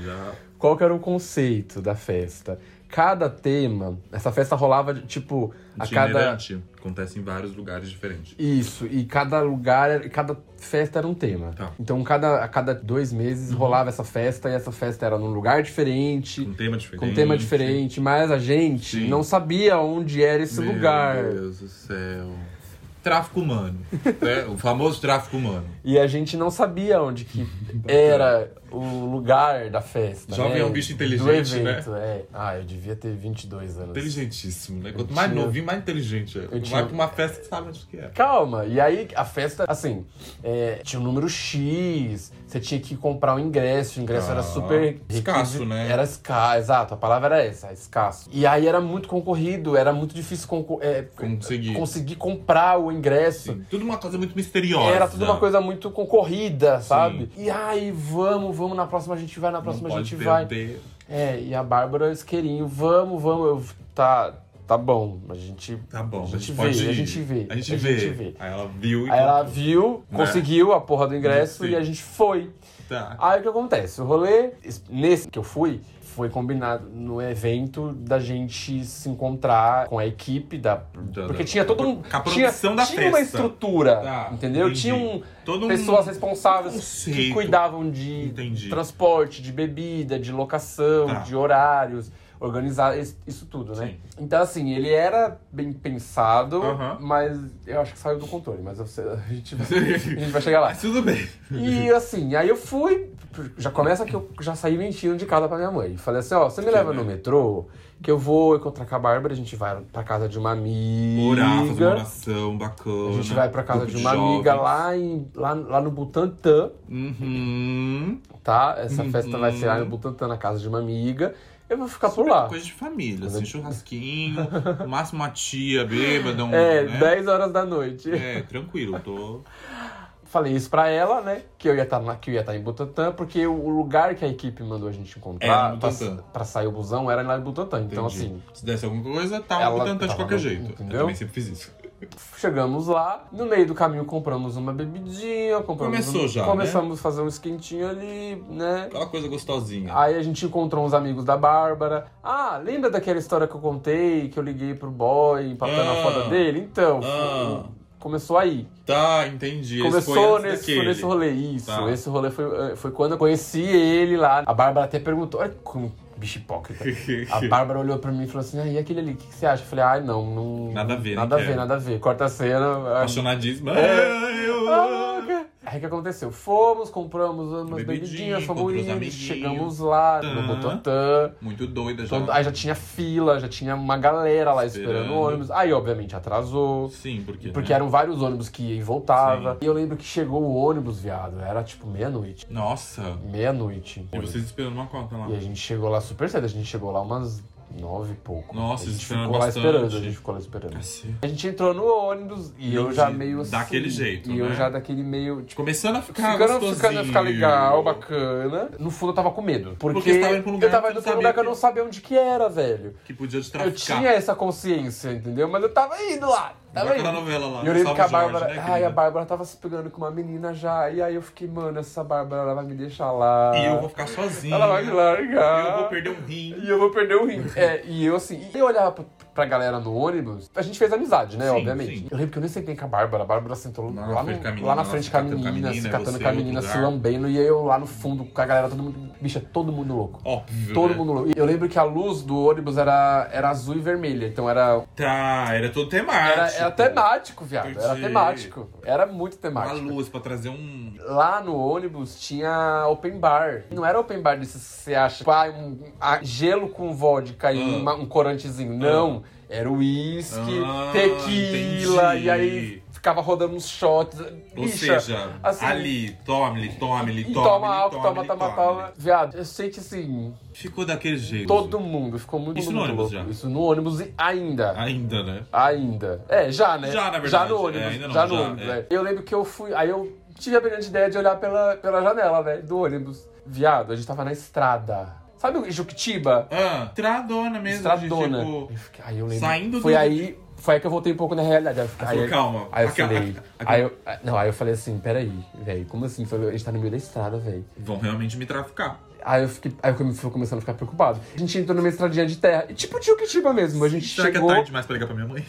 Já.
Qual que era o conceito da festa? Cada tema, essa festa rolava tipo a cada
Itinerante. Acontece em vários lugares diferentes.
Isso, e cada lugar, era- cada festa era um tema.
Tá. Uhum.
Então cada, a cada dois meses rolava essa festa e essa festa era num lugar diferente,
Com tema diferente.
com um tema diferente, mas a gente
Sim.
não sabia onde era esse
Meu
lugar.
Deus do céu.
[LAUGHS]
tráfico humano. né? O famoso tráfico humano.
E a gente não sabia onde
[LAUGHS]
que era o lugar da festa.
Jovem
né?
é um bicho inteligente,
Do evento, é. Ah, eu devia ter 22 anos.
Inteligentíssimo, né? Quanto
Eu
mais
tinha-
novinho, mais inteligente é. Vai
tinha-
pra uma festa que sabe onde que é.
Calma, e aí a festa, assim, é, tinha um número X, você tinha que comprar um ingresso, o ingresso
Ah,
era super.
escasso,
requisi-
né?
Era escasso, exato, a palavra era essa, escasso. E aí era muito concorrido, era muito difícil concor- é,
Consegui.
conseguir comprar o ingresso.
Sim, Tudo uma coisa muito misteriosa.
Era tudo uma coisa muito concorrida, sabe? E aí, vamos, vamos, na próxima a gente vai, na
Não
próxima a
pode um
gente vai.
perder.
É, e a Bárbara Esqueirinho, vamos, vamos, eu, tá, tá bom, a gente...
Tá bom,
a
a
gente,
gente
vê,
pode ir.
a gente vê,
A gente vê. Aí ela viu e
Aí ela viu,
Né?
conseguiu a porra do ingresso
Sim.
e a gente foi.
tá.
Aí o que acontece? O rolê, es- nesse que eu fui, foi combinado no evento da gente se encontrar com a equipe da.
Da-
Porque
da-
tinha todo um.
com a
tinha,
produção da
Tinha uma
festa.
estrutura,
Tá,
entendeu?
entendi.
Tinha um.
Todo um-
Pessoas responsáveis que
conceito. [LAUGHS]
cuidavam de
Entendi.
transporte, de bebida, de locação,
Tá.
de horários, organizar es- isso tudo, né?
Sim.
Então, assim, ele era bem pensado,
Aham.
mas eu acho que saiu do controle, mas eu sei- a, gente vai,
[LAUGHS]
a gente vai chegar lá.
Mas tudo bem. [LAUGHS]
E assim, aí eu fui. Já começa que eu já saí mentindo de casa pra minha mãe. Falei assim: ó, você me leva no metrô, que eu vou encontrar com a Bárbara, a gente vai pra casa de uma
Orar, fazer uma
amiga.
oração bacana.
A gente vai pra casa
Né? Grupo
de uma
jovens.
amiga lá, em, lá, lá no Butantã,
Uhum.
tá? Essa
Uhum.
festa vai ser lá no Butantã, na casa de uma amiga. Eu vou ficar por lá.
Coisa de família, assim, churrasquinho, no máximo uma tia bêbada, um.
É,
né?
10 horas da noite.
É, tranquilo, tô.
[LAUGHS] Falei isso pra ela, né? Que eu ia estar que eu ia estar em Butantã, porque o lugar que a equipe mandou a gente
Era
encontrar
no
pra,
Butantã.
pra sair o busão era lá em Butantã. Então,
Entendi.
assim,
Se desse alguma coisa, tava
Ela
tentando de
tava
qualquer
no-
jeito. Eu
entendeu?
também sempre fiz isso.
Chegamos lá, no meio do caminho compramos uma bebidinha, compramos
Começou
um-
já, né?
começamos a fazer um esquentinho ali, né?
Aquela coisa gostosinha.
Aí a gente encontrou uns amigos da Bárbara. Ah, lembra daquela história que eu contei, que eu liguei pro boy, empatando
Ah.
a foda dele? Então,
Ah.
começou aí.
Tá, entendi. Esse foi
Começou
antes
nesse, foi
daquele.
nesse
[LAUGHS]
rolê, isso.
Tá.
Esse rolê foi, eh, foi quando eu conheci ele lá. A Bárbara até perguntou, olha como bicho hipócrita.
[LAUGHS]
A Bárbara olhou pra mim e falou assim, ah, e aquele ali, o que, que você acha? Eu falei, ai, não, não...
Nada a ver,
Nada a
não
ver,
quero."
nada a ver. Corta a cena, a
Apaixonadíssima.
É.
Eu-
Aí o que aconteceu? Fomos, compramos umas
Bebidinha,
bebidinhas, fomos
comprou os
indo,
amiguinhos.
chegamos lá
Tá.
no Botantã.
Muito doida já.
Todo- Então, Aí já tinha fila, já tinha uma galera lá esperando,
Esperando.
o ônibus. Aí, obviamente, atrasou.
Sim, porque.
Porque
né?
eram vários ônibus que ia e voltava. E eu lembro que chegou o ônibus, viado. Era tipo meia-noite.
Nossa.
Meia-noite.
E vocês esperando uma coca lá.
E a gente chegou lá super cedo. A gente chegou lá umas nove e pouco.
Nossa,
a gente
esperando
ficou lá
bastante.
esperando. A gente ficou lá esperando.
Cacete.
A gente entrou no ônibus e eu
Entendi.
já meio assim.
Daquele jeito,
E eu
né?
já daquele meio. Tipo,
Começando a ficar
ficando,
gostosinho.
ficando, ficar legal, bacana. No fundo eu tava com medo. Porque,
Porque você tava indo pra um lugar
eu tava
que
indo
você
pra um
não
lugar que
sabia
eu não sabia onde que era, velho.
Que podia te
Eu
traficar.
tinha essa consciência, entendeu? Mas eu tava indo lá. Tava
Aquela
indo.
novela lá.
E eu lembro
Salve
que a
Jorge,
Bárbara.
né,
ai,
querida?
a Bárbara tava se pegando com uma menina já. E aí eu fiquei, mano, essa Bárbara ela vai me deixar lá.
E eu vou ficar sozinho.
Ela vai me largar.
Eu vou perder um rim.
E eu vou perder o rim. É, e eu assim, e eu olhava pra, pra galera no ônibus, a gente fez amizade, né?
Sim,
obviamente.
sim.
Eu lembro que eu nem sentei com a Bárbara. A Bárbara sentou
Na
lá,
frente
no-
com a menina,
lá na
lá
frente
se
com a
catando com a
menina, se
menina,
catando
você
com a
em outro
menina, se
lugar.
lambendo, e eu lá no fundo com a galera, todo mundo. Bicha, todo mundo louco.
Óbvio.
Todo
né?
mundo louco. E Eu lembro que a luz do ônibus era, era azul e vermelha, então era,
Tá, era todo temático.
era, era temático, viado. Era
Entendi.
temático. Era muito
Uma
temático.
luz pra trazer um.
Lá no ônibus tinha open bar. Não era open bar desses que você acha, tipo, ah, um, ah, gelo com vodka e
Ah.
uma- um corantezinho. Não. Era uísque,
Ah,
tequila,
entendi.
e aí ficava rodando uns shots.
Ou
Bicha,
seja,
assim,
ali, tome-lhe, tome-lhe,
E
tome-lhe.
toma álcool, toma,
tome-lhe,
toma,
tome-lhe.
toma. Viado, eu sei que assim,
Ficou daquele jeito.
todo mundo ficou muito,
Isso no
muito
ônibus
louco.
já.
Isso no ônibus e ainda.
Ainda, né?
Ainda. É, já, né?
Já, na verdade.
Já no ônibus.
É, ainda não,
já no
já,
ônibus,
é.
é. Eu lembro que eu fui. Aí eu tive a brilhante ideia de olhar pela, pela janela, né? Do ônibus. Viado, a gente tava na estrada. Sabe o Juquitiba?
Ah, tradona mesmo.
Estradona.
de, tipo,
Eu fiquei- Aí eu lembro.
saindo
foi
do-
aí. Foi aí que eu voltei um pouco na realidade. Aí, eu fiquei-
Aí
aí,
falou, calma,
Aí eu
aquela-
falei.
aquela-
Aí eu, não, aí eu falei assim, peraí, velho, como assim? Eu falei, a gente tá no meio da estrada, velho.
Vão realmente me traficar.
Aí eu, fiquei, aí eu come- fui começando a ficar preocupado. A gente entrou numa estradinha de terra, e tipo de Uquitiba mesmo. A gente
Será
chegou.
que é tarde demais pra ligar pra minha mãe?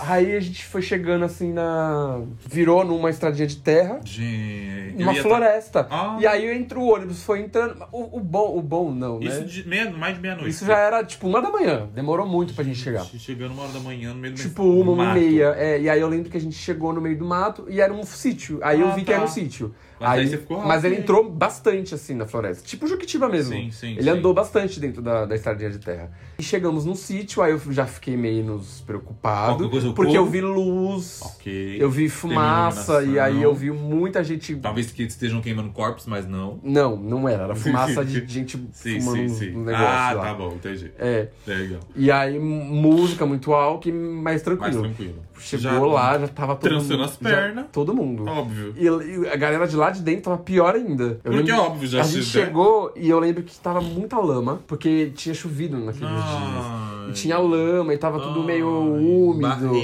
Aí a gente foi chegando assim na. Virou numa estradinha de terra.
Gente.
Uma
eu ia tá-
floresta.
Ah.
E aí entra o ônibus, foi entrando. O, o bom, o bom não, né?
Isso de meia, mais de meia-noite.
Isso já era tipo uma da manhã. Demorou muito pra gente chegar.
Chegando uma hora da manhã no meio do
Tipo, uma, uma
mato.
e meia. É, e aí eu lembro que a gente chegou no meio do mato e era um sítio. Aí eu
Ah,
vi que
tá.
era um sítio.
Mas aí você ficou
mas ele
rápido,
entrou bastante assim na floresta. Tipo Juquitiba mesmo.
Sim, sim,
Ele
sim.
andou bastante dentro da, da estradinha de terra. E chegamos num sítio, aí eu já fiquei meio nos preocupado.
Qualquer coisa, o
Porque eu
povo?
vi luz,
Ok.
eu vi fumaça, e aí eu vi muita gente.
Talvez que estejam queimando corpos, mas não.
Não, não era. Era fumaça
[LAUGHS]
de gente
Sim,
fumando
sim,
um-
sim.
um negócio
ah,
lá.
tá bom, entendi. Tá
É.
Legal.
E aí, m- música muito alta e mais
Mais
tranquilo.
tranquilo.
Chegou
Já-
lá, já tava todo
Trançando
mundo.
as pernas.
já- todo mundo.
Óbvio.
E, e a galera de lá de dentro tava pior ainda. Eu
Porque
lembro-
é óbvio, já
A gente
se der.
chegou e eu lembro que tava muita lama, porque tinha chovido naqueles dias.
Ah, Ai,
E tinha lama e tava tudo
ai,
meio úmido.
barrento.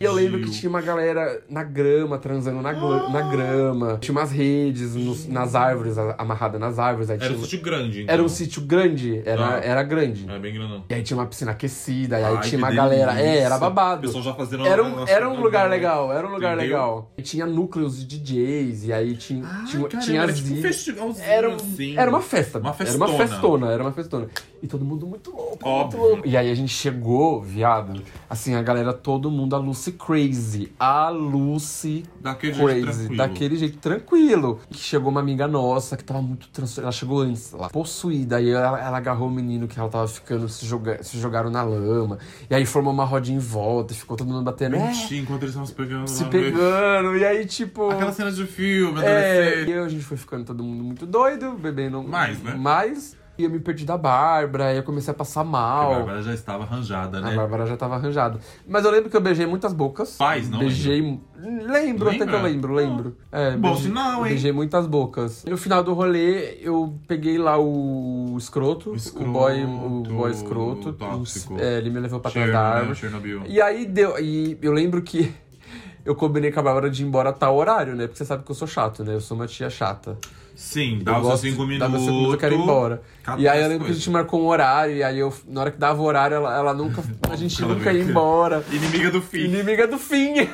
E eu lembro que tinha uma galera na grama, transando na, gla-
Ah.
na grama. Tinha umas redes nos- nas árvores, a- amarrada nas árvores. Aí
Era
tinha-
um sítio grande, então.
era um sítio grande, era,
Ah.
era grande.
Era bem grandão.
E aí tinha uma piscina aquecida, e aí
Ai,
tinha
que
uma galera. É,
delícia.
era
O
babado.
pessoal já fazendo
Era um,
uma-
era um lugar legal, era um lugar
Entendeu?
legal. E tinha núcleos de DJs, e aí tinha,
Ai,
tinha,
caramba,
tinha
era
as
tipo um
i-
festivalzinho
era, um-
assim.
era uma festa.
Uma
Era uma
festona.
festona, era uma festona. E todo mundo muito louco,
Óbvio.
muito louco. E aí a gente chegou, viado, assim, a galera, todo mundo, a Lucy crazy. A Lucy
Daquele jeito
crazy,
tranquilo.
daquele jeito tranquilo. Que chegou uma amiga nossa que tava muito transtornada. Ela chegou antes, ela possuída. Aí ela, ela agarrou o menino que ela tava ficando, se, joga, se jogaram na lama. E aí formou uma rodinha em volta, e ficou todo mundo batendo. é,
Mentira, enquanto eles estavam se pegando
se
lá no meio.
pegando. E aí, tipo.
Aquela cena de filme,
É,
adolescente.
e aí a gente foi ficando todo mundo muito doido, bebendo
Mais, né?
Mais. E eu me perdi da Bárbara, aí eu comecei a passar
A
mal.
Bárbara já estava arranjada,
A
né?
Bárbara já tava arranjada. Mas eu lembro que eu beijei muitas bocas.
Faz, não
Beijei. Lembro, até que eu
Lembra? Ah,
lembro, lembro. É,
Bom
beijei-
sinal, hein?
Beijei muitas bocas. E no final do rolê, eu peguei lá o escroto. O,
O escroto,
boy, o boy escroto.
tóxico.
É, ele me levou pra trás
Chernobyl,
da
né?
árvore.
Chernobyl.
E aí deu. E eu lembro que [LAUGHS] eu combinei com a Bárbara de ir embora a tal horário, né? Porque você sabe que eu sou chato, né? Eu sou uma tia chata.
Sim,
Eu
dá os
gosto-
seus cinco
Dá
minutos.
meus cinco minutos, eu quero ir embora. E aí eu lembro que a
coisas.
gente marcou um horário, e aí eu, na hora que dava o horário, ela, ela
[LAUGHS]
nunca. A gente
Ela
nunca
veio
ia
aqui.
embora.
Inimiga do fim.
Inimiga do fim!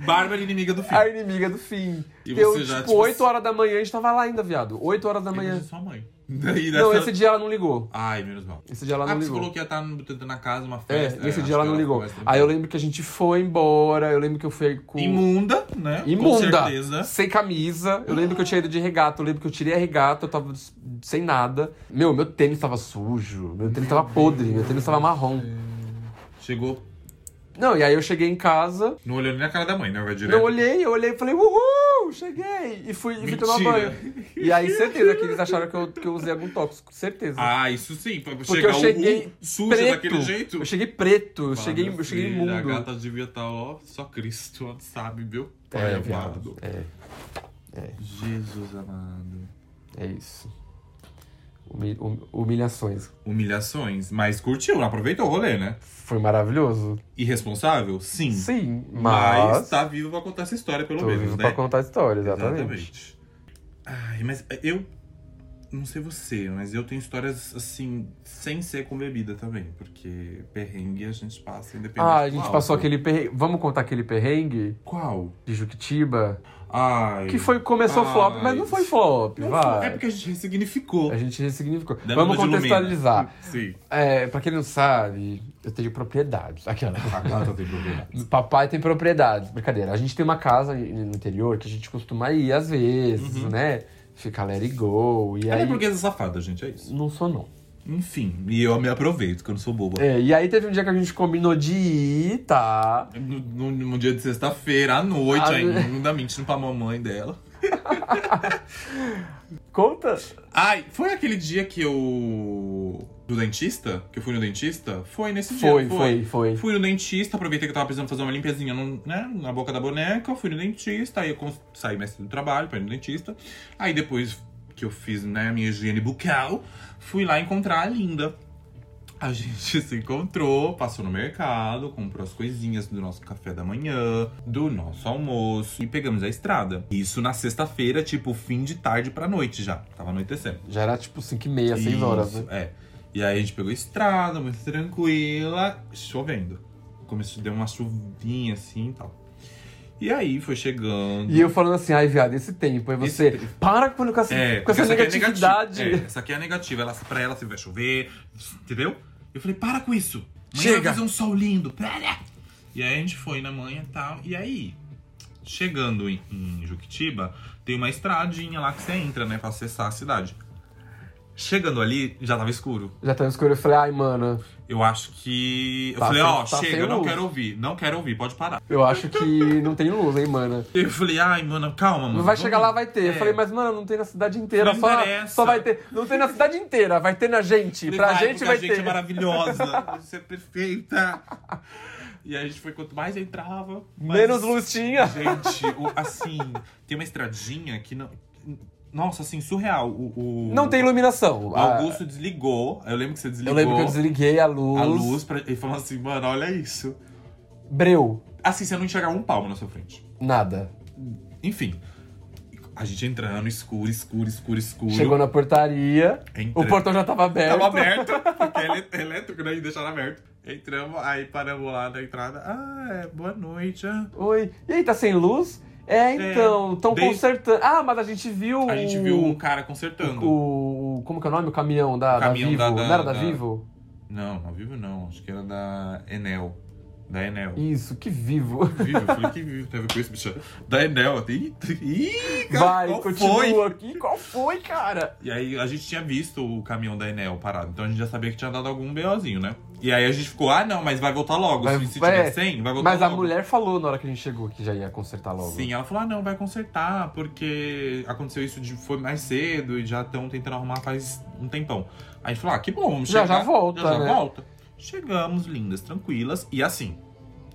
Bárbara, é inimiga do
[LAUGHS]
fim.
A inimiga do fim.
E
eu,
você já,
tipo,
tipo,
8 horas da manhã a gente tava lá ainda, viado. 8 horas da
Inimiga
manhã.
de sua mãe. [LAUGHS] Daí
Não,
dessa-
esse dia ela não ligou.
Ai, menos mal.
Esse dia ela
Ah,
não
você
ligou.
falou que ia estar no- na casa, uma
É,
festa.
esse
acho
dia ela
que né?
não ligou.
ficou mais
Aí eu lembro que a gente foi embora, eu lembro que eu fui com.
Imunda, né? Com
Imunda!
certeza.
Sem camisa. Eu lembro que eu tinha ido de regata. Eu lembro que eu tirei a regata, eu tava s- sem nada. Meu, meu tênis tava sujo. Meu tênis tava podre. Meu tênis tava marrom.
Chegou,
Não, e aí eu cheguei em casa.
não olhou nem na cara da mãe, né? Vai direto.
Não olhei, eu olhei e falei, uhul, cheguei! E fui, e fui tomar
Mentira.
banho. E aí, certeza que eles acharam que eu, que eu usei algum tóxico, certeza.
Ah, isso sim. Pra
Porque
chegar
eu cheguei
o sujo
preto.
daquele jeito.
Eu cheguei preto, eu cheguei,
Fala,
eu cheguei
filha, A
imundo.
gata tá devia estar, ó, só Cristo, sabe, viu?
É,
Pai
viado.
amado.
É,
Jesus amado.
é isso. Humi- hum- Humilhações.
Humilhações, mas curtiu, aproveitou o rolê, né?
Foi maravilhoso?
Irresponsável? Sim.
Sim, mas.
Hum. Mas tá vivo pra contar essa história, pelo
tô
menos,
vivo
né?
pra contar história, exatamente.
Ai, mas eu. Não sei você, mas eu tenho histórias assim, sem ser com bebida também. Porque perrengue a gente passa independente.
Ah, a
do
gente
álcool.
passou aquele perrengue. Vamos contar aquele perrengue
Qual?
de Juquitiba?
Ai.
Que foi, começou
Ai.
flop, mas não foi flop,
Ah, Não
vai.
foi- É porque a gente ressignificou.
A gente ressignificou.
Da
É. Vamos
Lua de Lumina.
contextualizar.
Sim.
É, pra quem não sabe, eu tenho propriedades. Aquela.
A gata tem problema.
Papai tem propriedades. Brincadeira. A gente tem uma casa no interior que a gente costuma ir às vezes, né? Fica let it go. E
Ela Uhum. é
aí.
burguesa safada, gente, é isso.
Não sou, não.
Enfim, e eu me aproveito, que eu não sou boba.
É, e aí teve um dia que a gente combinou de ir, tá?
No, no- no dia de sexta-feira, à noite,
Ah,
ainda mentindo pra mamãe dela.
Conta.
Ai, foi aquele dia que eu. Do dentista? Que eu fui no dentista? Foi nesse
Foi,
dia.
foi, foi.
Fui no dentista, aproveitei que eu tava precisando fazer uma limpezinha no- né, na boca da boneca. Fui no dentista, aí eu cons- saí mais cedo do trabalho pra ir no dentista. Aí depois que eu fiz né, a minha higiene bucal, fui lá encontrar a Linda. A gente [LAUGHS] se encontrou, passou no mercado, comprou as coisinhas do nosso café da manhã, do nosso almoço e pegamos a estrada. Isso na sexta-feira, tipo, fim de tarde pra noite já. Tava anoitecendo.
Já era tipo 5 e meia, 6 horas, né?
Isso, É. E aí a gente pegou a estrada, muito tranquila, chovendo. Começou, deu uma chuvinha assim e tal. E aí foi chegando.
E eu falando assim, ai, viado, esse tempo. Aí você,
Esse tempo.
para com, com essa, com
porque
essa
aqui é
negatividade.
negati- é, essa aqui é negativa. Ela, pra ela, se vai chover, entendeu? Eu falei, para com isso. Amanhã
Chega.
vai fazer um sol lindo. Para! E aí a gente foi na manhã e tal. E aí, chegando em, em Juquitiba, tem uma estradinha lá que você entra, né? Pra acessar a cidade. Chegando ali, já tava escuro.
Já tava escuro, eu falei, ai, mano,
Eu acho que. Eu
Tá
falei,
sem-
ó,
tá sem
chega, eu não
luz.
quero ouvir. Não quero ouvir, pode parar.
eu acho que não tem luz, hein, mano.
Eu falei, ai, mano, calma, mano.
Não vai
vamos-
chegar lá, vai ter. Eu
É.
falei, mas, mano, não tem na cidade inteira.
Não
Só,
interessa.
só vai ter. Não tem na cidade inteira, vai ter na gente. Pra
Vai,
gente
porque
vai
a gente
ter. [LAUGHS]
é maravilhosa. Você é perfeita. E a gente foi, quanto mais entrava... mais-
Menos luz tinha.
Gente, o- assim, tem uma estradinha que não... Nossa, assim, surreal. O, o-
Não tem iluminação.
O
Ah,
Augusto desligou. Eu lembro que você
Eu
desligou
lembro que eu desliguei a luz.
a luz. Pra, ele falou assim, mano, olha isso.
Breu.
Assim, você não enxergava um palmo na sua frente.
Nada.
Enfim. A gente entrando, escuro, escuro, escuro, escuro.
Chegou na portaria.
Entrando.
O portão já tava aberto.
Tava aberto, porque é elé- é elétrico, né? E deixaram aberto. Entramos, aí paramos lá na entrada. Ah, é, boa noite. ah.
Oi. E aí, tá sem luz? É, então, tão
desde-
consertando. Ah, mas a gente viu.
A gente
o-
viu um cara consertando.
O, o- Como que é o nome? O caminhão da,
O caminhão
da
da-
Vivo.
da-
Não era da,
da-
Vivo?
Não, ao vivo não. Acho que era da Enel. Da Enel.
Isso, que vivo.
Vivo, eu falei que vivo, teve com isso, bicha. Da Enel. Ih, ih, cara,
Vai,
qual
continua
foi?
aqui. Qual foi, cara?
E aí a gente tinha visto o caminhão da Enel parado, então a gente já sabia que tinha dado algum BOzinho, né? E aí a gente ficou, ah não, mas vai voltar logo.
Vai-
se se
vai-
tiver 100, vai voltar
é, Mas a
logo.
mulher falou na hora que a gente chegou que já ia consertar logo.
Sim, ela falou: ah, não, vai consertar, porque aconteceu isso de foi mais cedo e já estão tentando arrumar faz um tempão. Aí a gente falou: ah, que bom, vamos
Já,
chegar.
já volta,
Já, já
né?
volta. Chegamos, lindas, tranquilas, e assim,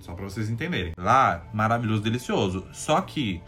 só pra vocês entenderem. Lá, maravilhoso, delicioso. Só que.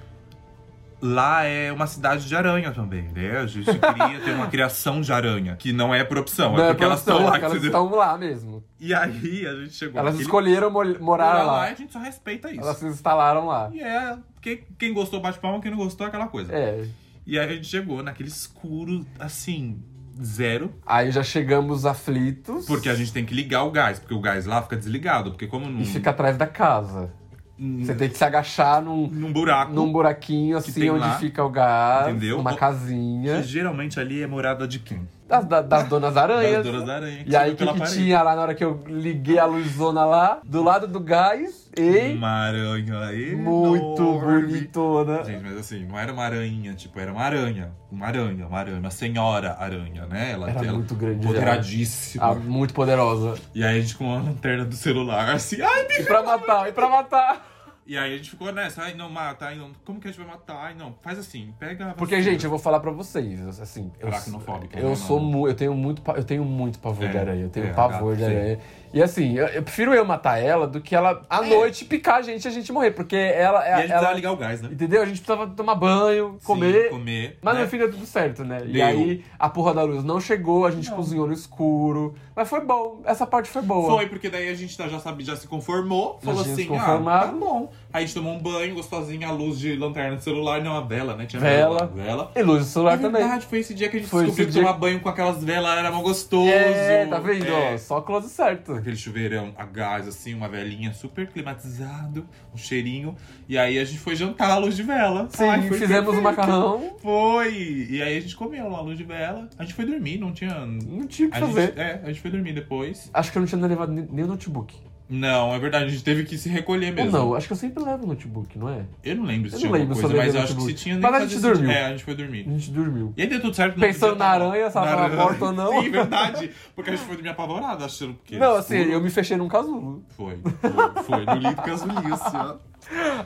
Lá é uma cidade de aranha também, né?
[LAUGHS]
A gente queria ter uma criação de aranha, que não é por opção,
Não,
é
é
porque elas
produção, é
estão lá,
porque elas
entendeu?
estão lá mesmo.
E aí a gente chegou
Elas
naquele
escolheram mol- morar
lugar
lá.
e a gente só respeita é isso.
Elas se instalaram lá.
E é, quem, quem gostou bate palma, quem não gostou é aquela coisa.
É.
E aí a gente chegou naquele escuro, assim, zero.
Aí já chegamos aflitos
Porque a gente tem que ligar o gás, porque o gás lá fica desligado. Porque como num,
e fica atrás da casa.
num,
Você tem que se agachar num,
num buraco,
num buraquinho
Que
assim
tem
onde
lá,
fica o gás,
entendeu?
uma
O-
casinha
que geralmente ali é morada de quem?
das, da- das donas aranhas.
Das donas da aranha.
E aí o
subiu
que,
pela
que
parede.
tinha lá na hora que eu liguei a luzona lá, do lado do gás, e
Uma aranha aí.
muito bonitona.
Gente, mas assim, não era uma aranha, tipo, era uma aranha. Uma aranha, uma aranha, uma senhora aranha, né? Ela
Era
ela,
muito grande,
Poderadíssima.
Ah, muito poderosa.
E aí a gente com a lanterna do celular, assim, ai,
E pra matar, e pra matar.
E aí a gente ficou nessa, ai não mata, ai não, como que a gente vai matar? Ai não, faz assim, pega a
Porque,
vassoura.
gente, eu vou falar pra vocês, assim. Eu,
Aracnofóbica,
eu
né,
sou
mano?
mu- eu tenho muito, pa- eu tenho muito pavor
É,
de aranha, eu tenho
é,
pavor
gato,
de
sim.
aranha. E assim, eu, eu prefiro eu matar ela do que ela à noite picar a gente e a gente morrer, porque ela
É.
é
E a gente
ela,
precisava ligar o gás, né?
entendeu? A gente precisava tomar banho,
Sim,
comer.
comer.
Mas
né?
no fim deu tudo certo, né? E
Deu.
aí a porra da luz não chegou, a gente cozinhou no escuro. Mas foi bom, essa parte foi boa.
Foi, porque daí a gente tá, já sabia, já se conformou, falou
tinha se
assim, ah, tá
conformado.
bom. Aí a gente tomou um banho, gostosinha, a luz de lanterna de celular, não, a vela, né? Tinha
Vela.
vela.
E luz do celular
é
também.
verdade, foi esse dia que a gente
Foi
descobriu que
esse dia
tomar banho com aquelas velas era mal gostoso.
É, tá vendo?
É.
Ó, Só close certo.
Aquele chuveirão a gás, assim, uma velhinha super climatizado, um cheirinho. E aí a gente foi jantar à luz de vela.
Sim,
Ai, foi
fizemos o
perfeito.
macarrão,
Foi! E aí a gente comeu lá a luz de vela. A gente foi dormir, não tinha.
não tinha o que
A
fazer.
gente, é, a gente foi dormir depois.
Acho que eu não tinha levado nem nem o notebook.
Não, é verdade, a gente teve que se recolher mesmo.
Ou não, acho que eu sempre levo o notebook, não é?
Eu não lembro se
Eu
tinha
não lembro
alguma
se
coisa,
eu levei
mas
no
eu acho que se
notebook.
tinha nem
Mas a
fazer
gente
esse-
dormiu.
É, a gente foi dormir.
A gente dormiu.
E aí deu tudo certo.
Pensando
podia
na
tá-
aranha, se ela
na
tava
aranha.
morta ou não.
Sim, verdade. Porque a gente foi dormir apavorado, achando que.
não, assim,
escuro.
eu me fechei num casulo.
Foi, foi, foi. No lindo casulinho, assim, ó.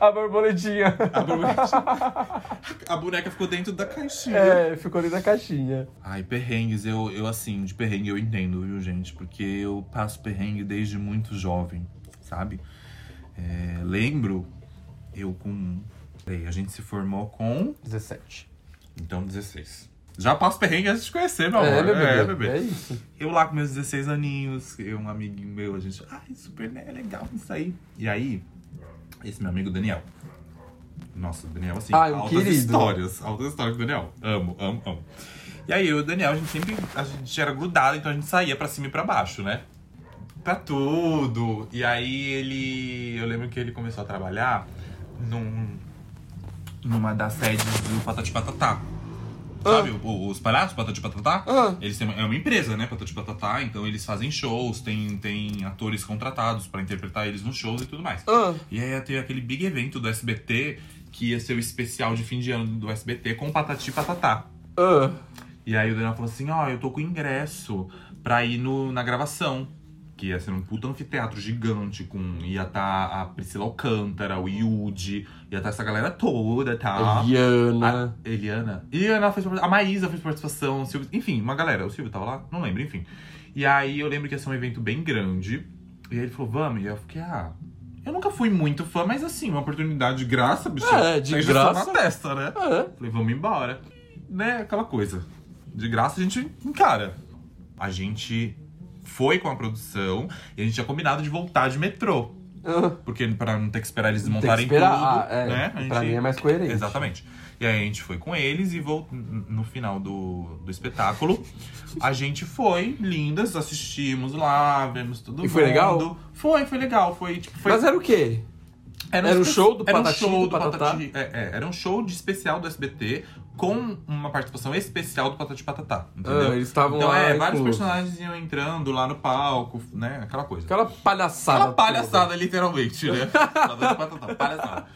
A
[LAUGHS]
borboletinha.
A boneca, a boneca ficou dentro da caixinha.
É, ficou ali na caixinha.
Ai, perrengues, eu, eu assim, de perrengue eu entendo, viu, gente? Porque eu passo perrengue desde muito jovem, sabe? É, lembro, eu com. peraí, a gente se formou com.
17.
Então, 16. Já passo perrengue antes de conhecer, meu amor.
É, meu bebê.
É, bebê.
É isso.
Eu lá com meus 16 aninhos, eu, um amiguinho meu, a gente, ai, super né, legal isso aí. E aí, esse meu amigo Daniel. Nossa, o Daniel, assim,
Ai, um
altas
querido.
histórias. Altas histórias do Daniel. Amo, amo, amo. E aí, eu e o Daniel, a gente sempre, a gente era grudado, então a gente saía pra cima e pra baixo, né? Pra tudo. E aí, ele, eu lembro que ele começou a trabalhar num, numa das sedes do Patati Patatá. Sabe, o- os palhaços Patati Patatá?
Ah.
Eles têm uma- é uma empresa, né, Patati Patatá, então eles fazem shows, tem, tem atores contratados pra interpretar eles nos shows e tudo mais.
Ah,
E aí teve aquele big evento do SBT, que ia ser o especial de fim de ano do SBT com Patati Patatá.
ah.
E aí o Daniel falou assim, ó, eu tô com ingresso pra ir no, na gravação. Que ia ser um puta anfiteatro gigante com... Ia tá a Priscila Alcântara, o Yudi, ia tá essa galera toda, tá?
Eliana.
A Eliana. E ela fez participação. A Maísa fez participação. o Silvio, enfim, uma galera. O Silvio tava lá? Não lembro, enfim. E aí eu lembro que ia ser um evento bem grande. E aí ele falou, vamos. E eu fiquei, ah. Eu nunca fui muito fã, mas assim, uma oportunidade de graça, bicho.
É, de
Tem injeção
graça.
na testa, né?
Ah,
Falei, vamos embora. Né, aquela coisa. De graça a gente encara. A gente foi com a produção e a gente tinha combinado de voltar de metrô.
ah.
Porque pra não ter que esperar eles
Tem que
montarem
esperar.
tudo.
Ah, é.
né? A
Pra
gente-
mim é mais coerente.
Exatamente. E aí a gente foi com eles e volt... no final do, do espetáculo, a gente foi, lindas, assistimos lá, vemos tudo
E foi legal?
Foi, foi legal. Foi, tipo, foi...
Mas era o quê?
um
era o
espe-
show do
era um
Patati,
show
do
do
Patatá?
Patati- é, é, era um show de especial do SBT com uma participação especial do Patati Patatá, entendeu?
Ah, eles estavam
então,
lá.
é,
inclusos.
vários personagens iam entrando lá no palco, né? Aquela coisa.
Aquela palhaçada.
Aquela palhaçada, literalmente, né? [LAUGHS] Patatá, patatá, palhaçada.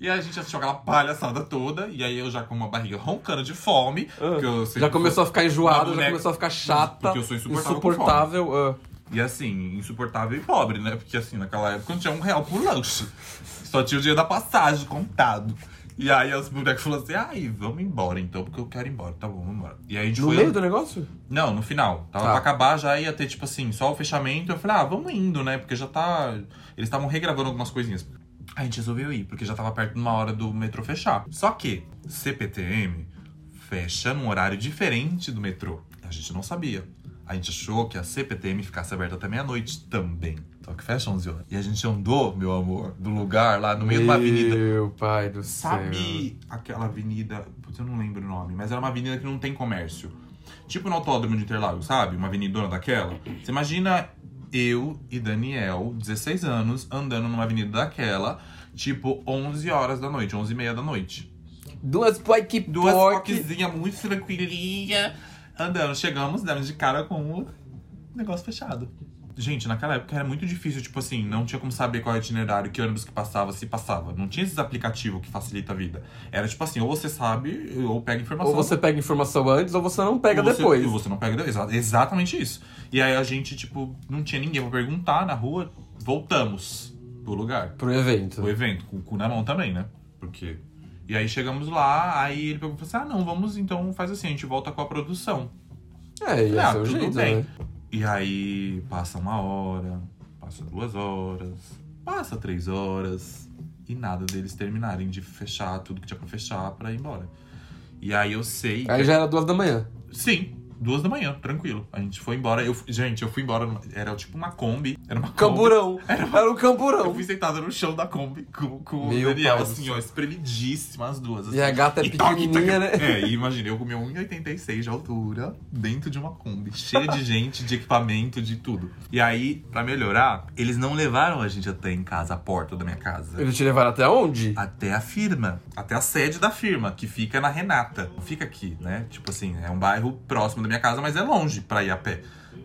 E aí a gente assistiu aquela palhaçada toda, e aí eu já com uma barriga roncando de fome.
Ah.
porque eu sempre
Já começou a ficar enjoada,
Uma
já
boneca-
começou a ficar chata.
Porque eu sou insuportável com
insuportável, ah.
E assim, insuportável e pobre, né? Porque assim, naquela época não tinha um real por lanche. Só tinha o dinheiro da passagem contado. E aí as bonecas falaram assim, ai, vamos embora então, porque eu quero ir embora. Tá bom, vamos embora. E aí a gente
No
foi...
meio do negócio?
Não, no final. Tava
Tá.
pra acabar, já ia ter, tipo assim, só o fechamento. Eu falei, ah, vamos indo, né? Porque já tá. Eles estavam regravando algumas coisinhas. A gente resolveu ir, porque já tava perto de uma hora do metrô fechar. Só que CPTM fecha num horário diferente do metrô. A gente não sabia. A gente achou que a CPTM ficasse aberta até meia-noite também. Só que fecha 11 horas. E a gente andou, meu amor, do lugar lá no meio de uma avenida
Meu pai do céu.
Sabe aquela avenida. Putz, eu não lembro o nome, mas era uma avenida que não tem comércio. Tipo no Autódromo de Interlagos, sabe? Uma avenidona daquela. Você imagina eu e Daniel, 16 anos, andando numa avenida daquela, tipo 11 horas da noite, 11 e meia da noite.
Duas poike
Duas
poike.
coquezinhas muito tranquilinha andando. Chegamos, demos de cara com o negócio fechado. Gente, naquela época era muito difícil, tipo assim, não tinha como saber qual era o itinerário, que ônibus que passava, se passava. Não tinha esses aplicativos que facilita a vida. Era tipo assim, ou você sabe, ou pega informação.
Ou você pega informação antes ou você não pega
Ou você-
depois.
ou Você não pega depois. Exa- Exatamente isso. E aí a gente, tipo, não tinha ninguém pra perguntar na rua, voltamos pro lugar
Pro evento.
o evento, com o cu na mão também, né? Porque. E aí chegamos lá, aí ele pegou e falou assim: ah, não, vamos então, faz assim, a gente volta com a produção.
É, ia
Ah,
ser o
tudo
jeito,
bem.
né?
E aí passa uma hora, passa duas horas, passa três horas, e nada deles terminarem de fechar tudo que tinha pra fechar pra ir embora. E aí eu sei.
Aí já era duas da manhã.
Sim. Duas da manhã, tranquilo. A gente foi embora. Eu, fui- gente, eu fui embora. numa- Era tipo uma Kombi. Era uma Kombi.
Camburão. Era um
Eu
camburão.
fui sentada no chão da Kombi com, com o
Meu
Daniel,
pai do
assim,
céu.
ó, espremidíssima as duas. Assim.
E a gata é
E toque,
pequenininha, né?
toque. É, e imagina, eu com meu 1,86 de altura, dentro de uma Kombi, cheia de gente, de equipamento, de tudo. E aí, pra melhorar, eles não levaram a gente até em casa, a porta da minha casa.
Eles te levaram até onde?
Até a firma, até a sede da firma, que fica na Renata. Não Fica aqui, né? Tipo assim, é um bairro próximo da minha casa, mas é longe pra ir a pé.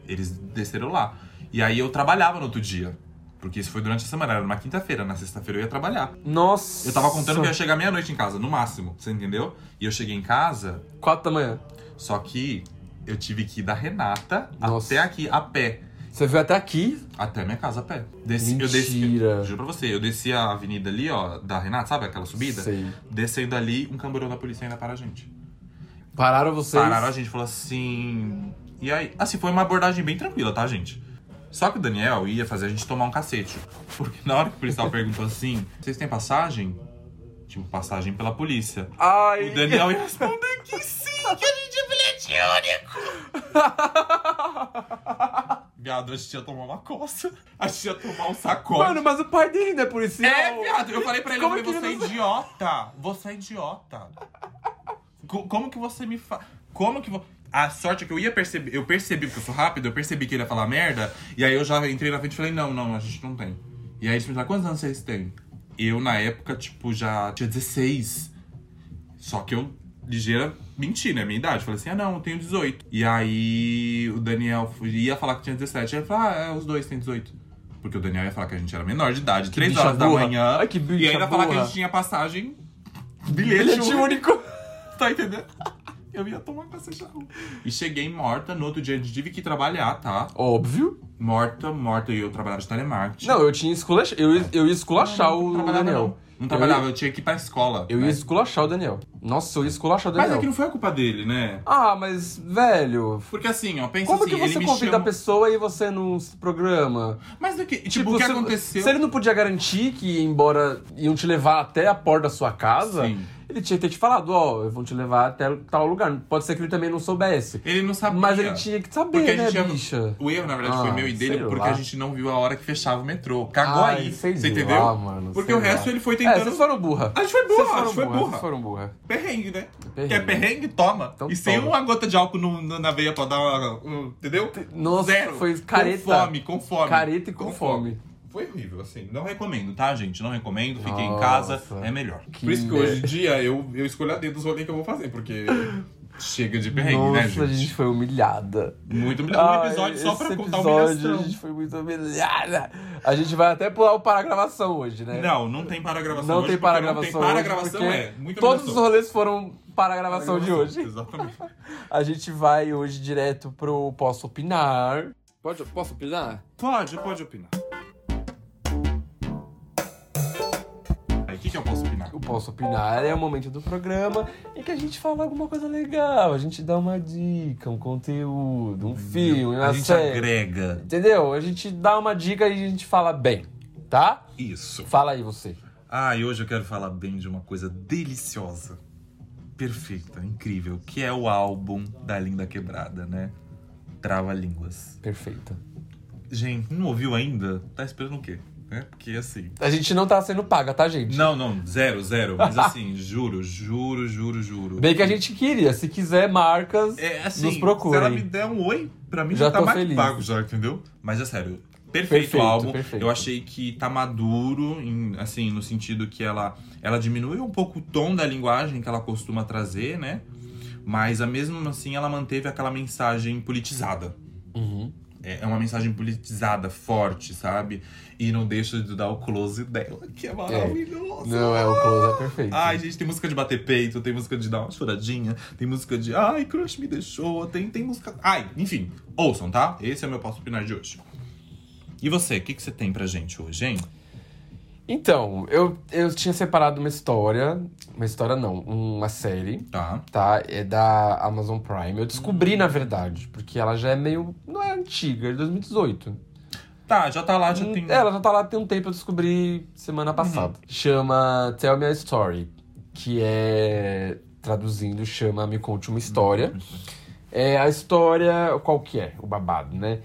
Eles desceram lá. E aí eu trabalhava no outro dia. Porque isso foi durante a semana, era numa quinta-feira. Na sexta-feira eu ia trabalhar.
Nossa.
Eu tava contando que eu ia chegar meia-noite em casa, no máximo, você entendeu? E eu cheguei em casa,
Quatro da manhã.
só que eu tive que ir da Renata
Nossa.
até aqui, a pé.
Você veio até aqui?
Até minha casa a pé. Desci, Eu desci,
Mentira.
juro pra você, eu desci a avenida ali, ó, da Renata, sabe aquela subida?
Sei.
Descendo ali, um camburão da polícia ainda para a gente.
Pararam vocês?
Pararam a gente, falou assim. E aí, assim, foi uma abordagem bem tranquila, tá, gente? Só que o Daniel ia fazer a gente tomar um cacete. Porque na hora que
[LAUGHS]
o policial perguntou assim: vocês têm passagem? Tipo, passagem pela polícia.
Ai.
O Daniel ia responder que sim, que a gente é ia
único.
[LAUGHS]
Viado, a gente ia tomar uma coça. A gente ia tomar um sacode.
Mano, mas o pai dele não é policial.
É, viado, eu falei pra ele, eu
Como
falei,
que
você é
não-
idiota. Você é idiota. Co- como que você me faz? Como que vo... A sorte é que eu ia perceber, eu percebi, porque eu sou rápido, eu percebi que ele ia falar merda, e aí eu já entrei na frente e falei, não, não, a gente não tem. E aí eles me falaram, quantos anos vocês têm? Eu, na época, tipo, já tinha 16. Só que eu, ligeira, menti, né? Minha idade. Falei assim, ah, não, eu tenho 18. E aí o Daniel fu- ia falar que tinha 17. Ele falou, ah, é, os dois têm 18. Porque o Daniel ia falar que a gente era menor de idade, 3
bicha
horas da
burra.
manhã.
Ai, que bicha
e ainda falar que a
burra.
gente tinha passagem,
Ele é
bilhete,
de
único.
único.
Tá entendendo? Eu ia tomar com essa chave. E cheguei morta, no outro dia eu tive que trabalhar, tá?
Óbvio.
Morta, morta, e eu trabalhava de telemarketing.
Não, eu tinha esculach... eu, ia- eu ia esculachar
não
o
trabalhava,
Daniel.
Não, Não trabalhava, eu, tinha que ir pra escola.
Eu, eu
né?
ia esculachar o Daniel. Nossa, eu ia esculachar o
Mas
Daniel.
é que não foi a culpa dele, né?
Ah, mas, velho.
Porque assim, ó, pensa
Como
assim,
que você
ele me
convida a
chama...
pessoa e você não se programa?
Mas do que, tipo, o que
se,
aconteceu...
Se ele não podia garantir que ia embora iam te levar até a porta da sua casa,
Sim.
ele tinha que ter te falado, ó, vão te levar até tal lugar. Pode ser que ele também não soubesse.
Ele não sabia.
Mas ele tinha que saber,
Porque a
né,
gente ia-
bicha?
O erro, na verdade,
Ah,
foi meu e dele,
sei
porque
lá.
a gente não viu a hora que fechava o metrô. Cagou
Ai,
aí.
sei
Você
lá,
entendeu?
mano,
porque
sei
o resto
lá.
ele foi
É,
tentando.
vocês foram burra.
A gente foi burra,
Vocês
a
foram
gente foi
burra.
burra.
Vocês foram burra.
Perrengue, né?
Perrengue.
Quer perrengue? Toma.
Então
e sem
toma.
uma gota de álcool no- no- na veia pra dar uma. um- entendeu?
Nossa,
Zero.
foi careta.
Com fome, com fome.
Careta e com fome.
Foi horrível, assim. Não recomendo, tá, gente? Não recomendo. Fiquei em
Nossa.
casa, é melhor.
Que
Por isso que
mer-
hoje em dia eu, eu escolho a dedo os rolês que eu vou
[LAUGHS]
fazer, porque chega de perrengue,
Nossa,
né, gente?
a gente foi humilhada.
Muito humilhante. Um
Ai,
episódio só pra
esse
contar a
episódio,
humilhação.
A gente foi muito humilhada. A gente vai até pular o para a gravação hoje, né?
Não, não tem para gravação.
Não
hoje,
tem
porque
para gravação.
Não tem para
hoje,
gravação,
porque
é. Muito
Todos os
humilhação.
rolês foram para a gravação de hoje. [LAUGHS]
Exatamente.
A gente vai hoje direto pro Posso Opinar. Pode, posso opinar?
Pode, pode opinar. Aí, o que, que eu posso opinar?
O Posso Opinar é o momento do programa em que a gente fala alguma coisa legal, a gente dá uma dica, um conteúdo, um filme, uma
a gente
série.
agrega.
Entendeu? A gente dá uma dica e a gente fala bem, tá?
Isso.
Fala aí você.
Ah, e hoje eu quero falar bem de uma coisa deliciosa, perfeita, incrível, que é o álbum da Linda Quebrada, né? Trava Línguas.
Perfeita.
Gente, não ouviu ainda? Tá esperando o quê? Né? Porque assim.
A gente não tá sendo paga, tá, gente?
Não, não, zero, zero.
[LAUGHS]
Mas assim, juro, juro, juro, juro.
Bem que a gente queria. Se quiser, marcas
É assim,
nos procurem.
se ela me der um oi, pra mim
Já
já, tá
tô
mais que
feliz.
pago já, entendeu? Mas é sério, perfeito,
Perfeito,
o álbum.
perfeito.
Eu achei que tá maduro, em- assim, no sentido que ela, ela diminuiu um pouco o tom da linguagem que ela costuma trazer, né? Mas a mesmo assim ela manteve aquela mensagem politizada.
Uhum.
É é uma mensagem politizada, forte, sabe? E não deixa de dar o close dela, que é maravilhoso.
Não, é o close é perfeito.
Ai, gente, tem música de bater peito, tem música de dar uma choradinha, tem música de ai, crush me deixou, tem, tem música. Ai, enfim, ouçam, tá? Esse é o meu passo opinar de hoje. E você, o que, que você tem pra gente hoje, hein?
Então, eu, eu tinha separado uma história. Uma história não, uma série,
Tá.
tá? É da Amazon Prime. Eu descobri, na verdade, porque ela já é meio. Não é antiga, é de 2018.
Tá, já tá lá, já tem. Uhum.
Ela já tá lá tem um tempo, eu descobri semana passada. Chama Tell Me a Story, que é. Traduzindo, chama Me Conte uma História.
Uhum.
É a história. Qual que é? O babado, né?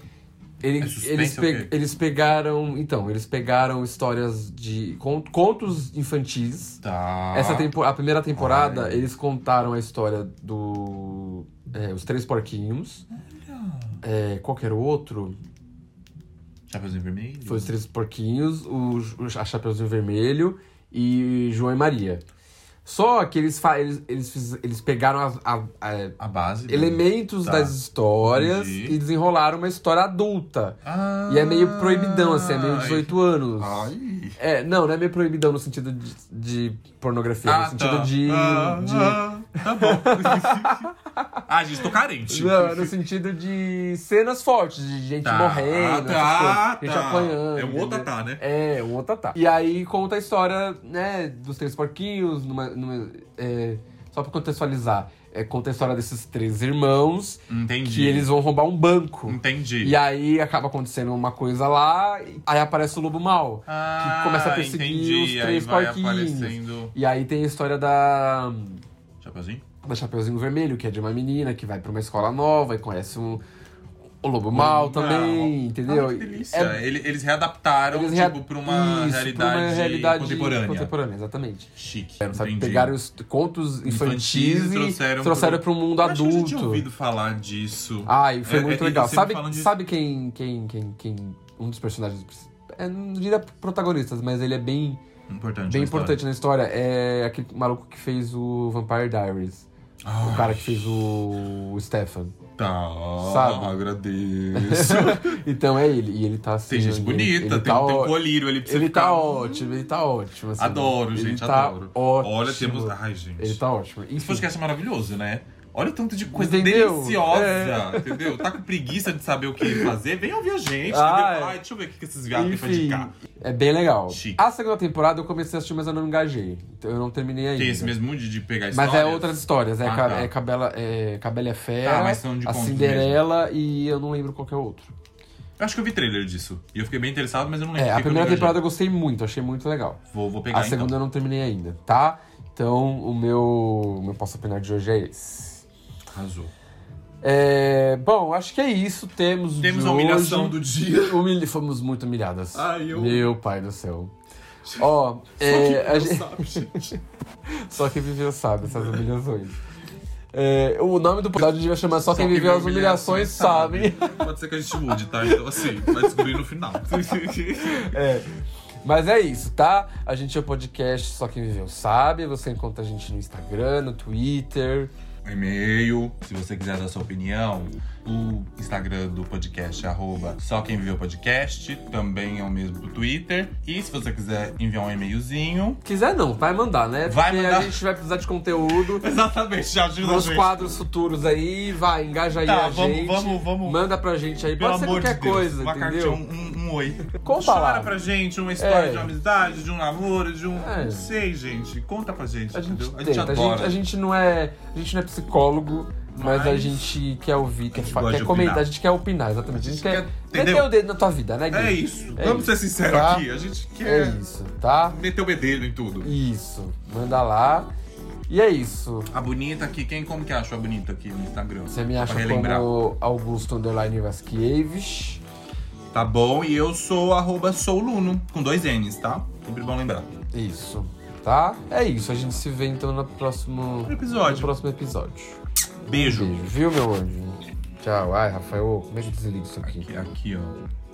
Ele-
É suspense
eles,
ou
pe-
o quê?
eles pegaram. Então, eles pegaram histórias de. con- contos infantis.
Tá.
Essa tempo- a primeira temporada,
Ai.
eles contaram a história do. é, Os Três Porquinhos. É, qual que era o outro?
Chapeuzinho vermelho?
Foi os Três Porquinhos, o, o- a Chapeuzinho Vermelho e João e Maria. Só que eles, fa- eles, eles, fiz- eles pegaram as- a- a-
A base. do-
elementos
Tá.
das histórias
Entendi.
e desenrolaram uma história adulta.
Ah,
E é meio proibidão, assim, é meio 18 anos.
Ai.
É, não, não é meio proibidão no sentido de, de pornografia, no um sentido
tá.
de.
Ah,
de-
ah, tá bom. [LAUGHS] ah, gente, tô carente.
Não, é no sentido de cenas fortes, de gente
Tá,
morrendo, essas
tá,
coisas, gente
tá.
apanhando.
É um
entendeu?
outro tá, né?
É, um outro tá. E aí conta a história, né, dos três porquinhos, numa- numa- é, só pra contextualizar, é, conta a história desses três irmãos
Entendi.
que eles vão roubar um banco.
Entendi.
E aí acaba acontecendo uma coisa lá, e aí aparece o lobo mal,
Ah,
que começa a perseguir
entendi.
os três
Aí vai
porquinhos.
aparecendo...
E aí tem a história da.
Chapeuzinho?
da Chapeuzinho Vermelho, que é de uma menina que vai pra uma escola nova e conhece um, o Lobo Mal também, entendeu? É,
Ah, que delícia. Ele- eles readaptaram,
eles rea-
tipo, pra uma,
isso, pra
realidade
uma realidade
contemporânea.
contemporânea, exatamente.
Chique.
É, não sabe?
entendi.
Pegaram os contos infantis,
Infantis e
e
trouxeram
trouxeram pro, mundo
Eu acho que eu já tinha
adulto.
ouvido falar disso.
Ai, foi
É,
muito
é,
legal.
você me
Sabe,
falando disso.
sabe quem, quem, quem, quem. Um dos personagens. princi- É, não diria protagonistas, mas ele é bem, bem
Importante. na história.
importante na história. É aquele maluco que fez o Vampire Diaries. O
Ah,
cara que fez o, o
[LAUGHS]
Stefan.
tá.
Sabe?
Agradeço.
[LAUGHS] Então é ele. E ele tá assim.
tem gente
ele-
bonita,
ele tá
tem, tem
ó-
um colírio ali pra você
Ele
ficar.
tá ótimo, ele tá ótimo. assim.
Adoro,
Ele
gente,
tá
adoro.
Ótimo.
Olha, temos. Ai, gente.
Ele tá ótimo.
Esse
Enfim,
podcast é maravilhoso, né? Olha o tanto de coisa
Entendeu?
deliciosa,
É.
entendeu? Tá com preguiça de saber o que fazer? Vem ouvir a gente,
Ah,
entendeu?
é.
Ai, deixa eu ver o que que esses gatos têm pra
Enfim.
indicar.
é bem legal.
Chique.
A segunda temporada eu comecei a assistir, mas eu não engajei. Então eu não terminei ainda.
Tem esse mesmo de, de pegar
Mas
histórias?
é outras histórias. É,
Ah,
Ca-
tá.
é Cabela, é Cabela é Fera,
Tá, mas são de
a
contos
Cinderela e eu não lembro qual que é o outro.
Eu acho que eu vi trailer disso. E eu fiquei bem interessado, mas eu não lembro.
É, a
por que que eu não
primeira
engajei.
temporada eu gostei muito, achei muito legal.
Vou, vou pegar então.
A segunda eu não terminei ainda, tá? Então o meu, o meu passo apenas de hoje é esse.
então. Arrasou.
É, bom, acho que é isso. Temos o
Temos
de
a humilhação
hoje.
do dia.
Humilha- Fomos muito humilhadas.
Ai, eu-
Meu pai do
[LAUGHS]
céu. Ó, é, a gente- [LAUGHS] Só quem viveu sabe essas humilhações. É, o nome do podcast devia chamar Só, quem viveu as humilhações sabe.
Pode ser que a gente mude, tá? Então, assim, vai descobrir
[LAUGHS]
no final.
É. Mas é isso, tá? A gente é o podcast Só Quem Viveu Sabe. Você encontra a gente no Instagram, no Twitter.
e-mail, se você quiser dar sua opinião. O Instagram do podcast é arroba só quem viveu podcast, também é o mesmo do Twitter. E se você quiser enviar um e-mailzinho. [LAUGHS]
Quiser não, vai mandar, né?
Vai
Porque
mandar.
a gente vai precisar de conteúdo.
Exatamente, já ajuda
Nos quadros futuros aí, vai, engaja aí
Tá,
a
vamos,
gente.
vamos, vamos.
Manda pra gente aí,
Pelo
pode ser
amor de
qualquer
Deus,
coisa,
uma
entendeu?
cartinha, um, um, um oi.
Conta
Chora
lá.
pra gente uma história
É.
de uma amizade, de um namoro, de um.
É.
Não sei, gente. Conta pra gente,
A gente,
entendeu?
tenta, a gente, a, gente, não é, a gente não é psicólogo, mas,
Mas-
a gente quer ouvir, quer,
gente
fa-
gosta
quer
de
comentar,
opinar.
a gente quer opinar, exatamente. A gente,
gente
quer,
quer-
meter
entendeu?
o dedo na tua vida, né, Gui?
É isso.
É
Vamos
isso,
ser sinceros
tá?
aqui. A gente
É
quer
isso, tá?
meter o bedelho em tudo.
Isso. Manda lá. E é isso.
A bonita aqui, quem como que acha a bonita aqui no Instagram?
Você me
Pra
acha
relembrar.
como Augusto Underline Vasquieves.
Tá bom, e eu sou arroba souluno, com dois N's, tá? Sempre bom lembrar.
Isso, tá? É isso. A gente se vê então no próximo
Episódio.
No próximo episódio.
Beijo.
Beijo, viu, meu anjo? Tchau. Ai, Rafael, como é que desliga isso aqui?
Aqui, aqui ó.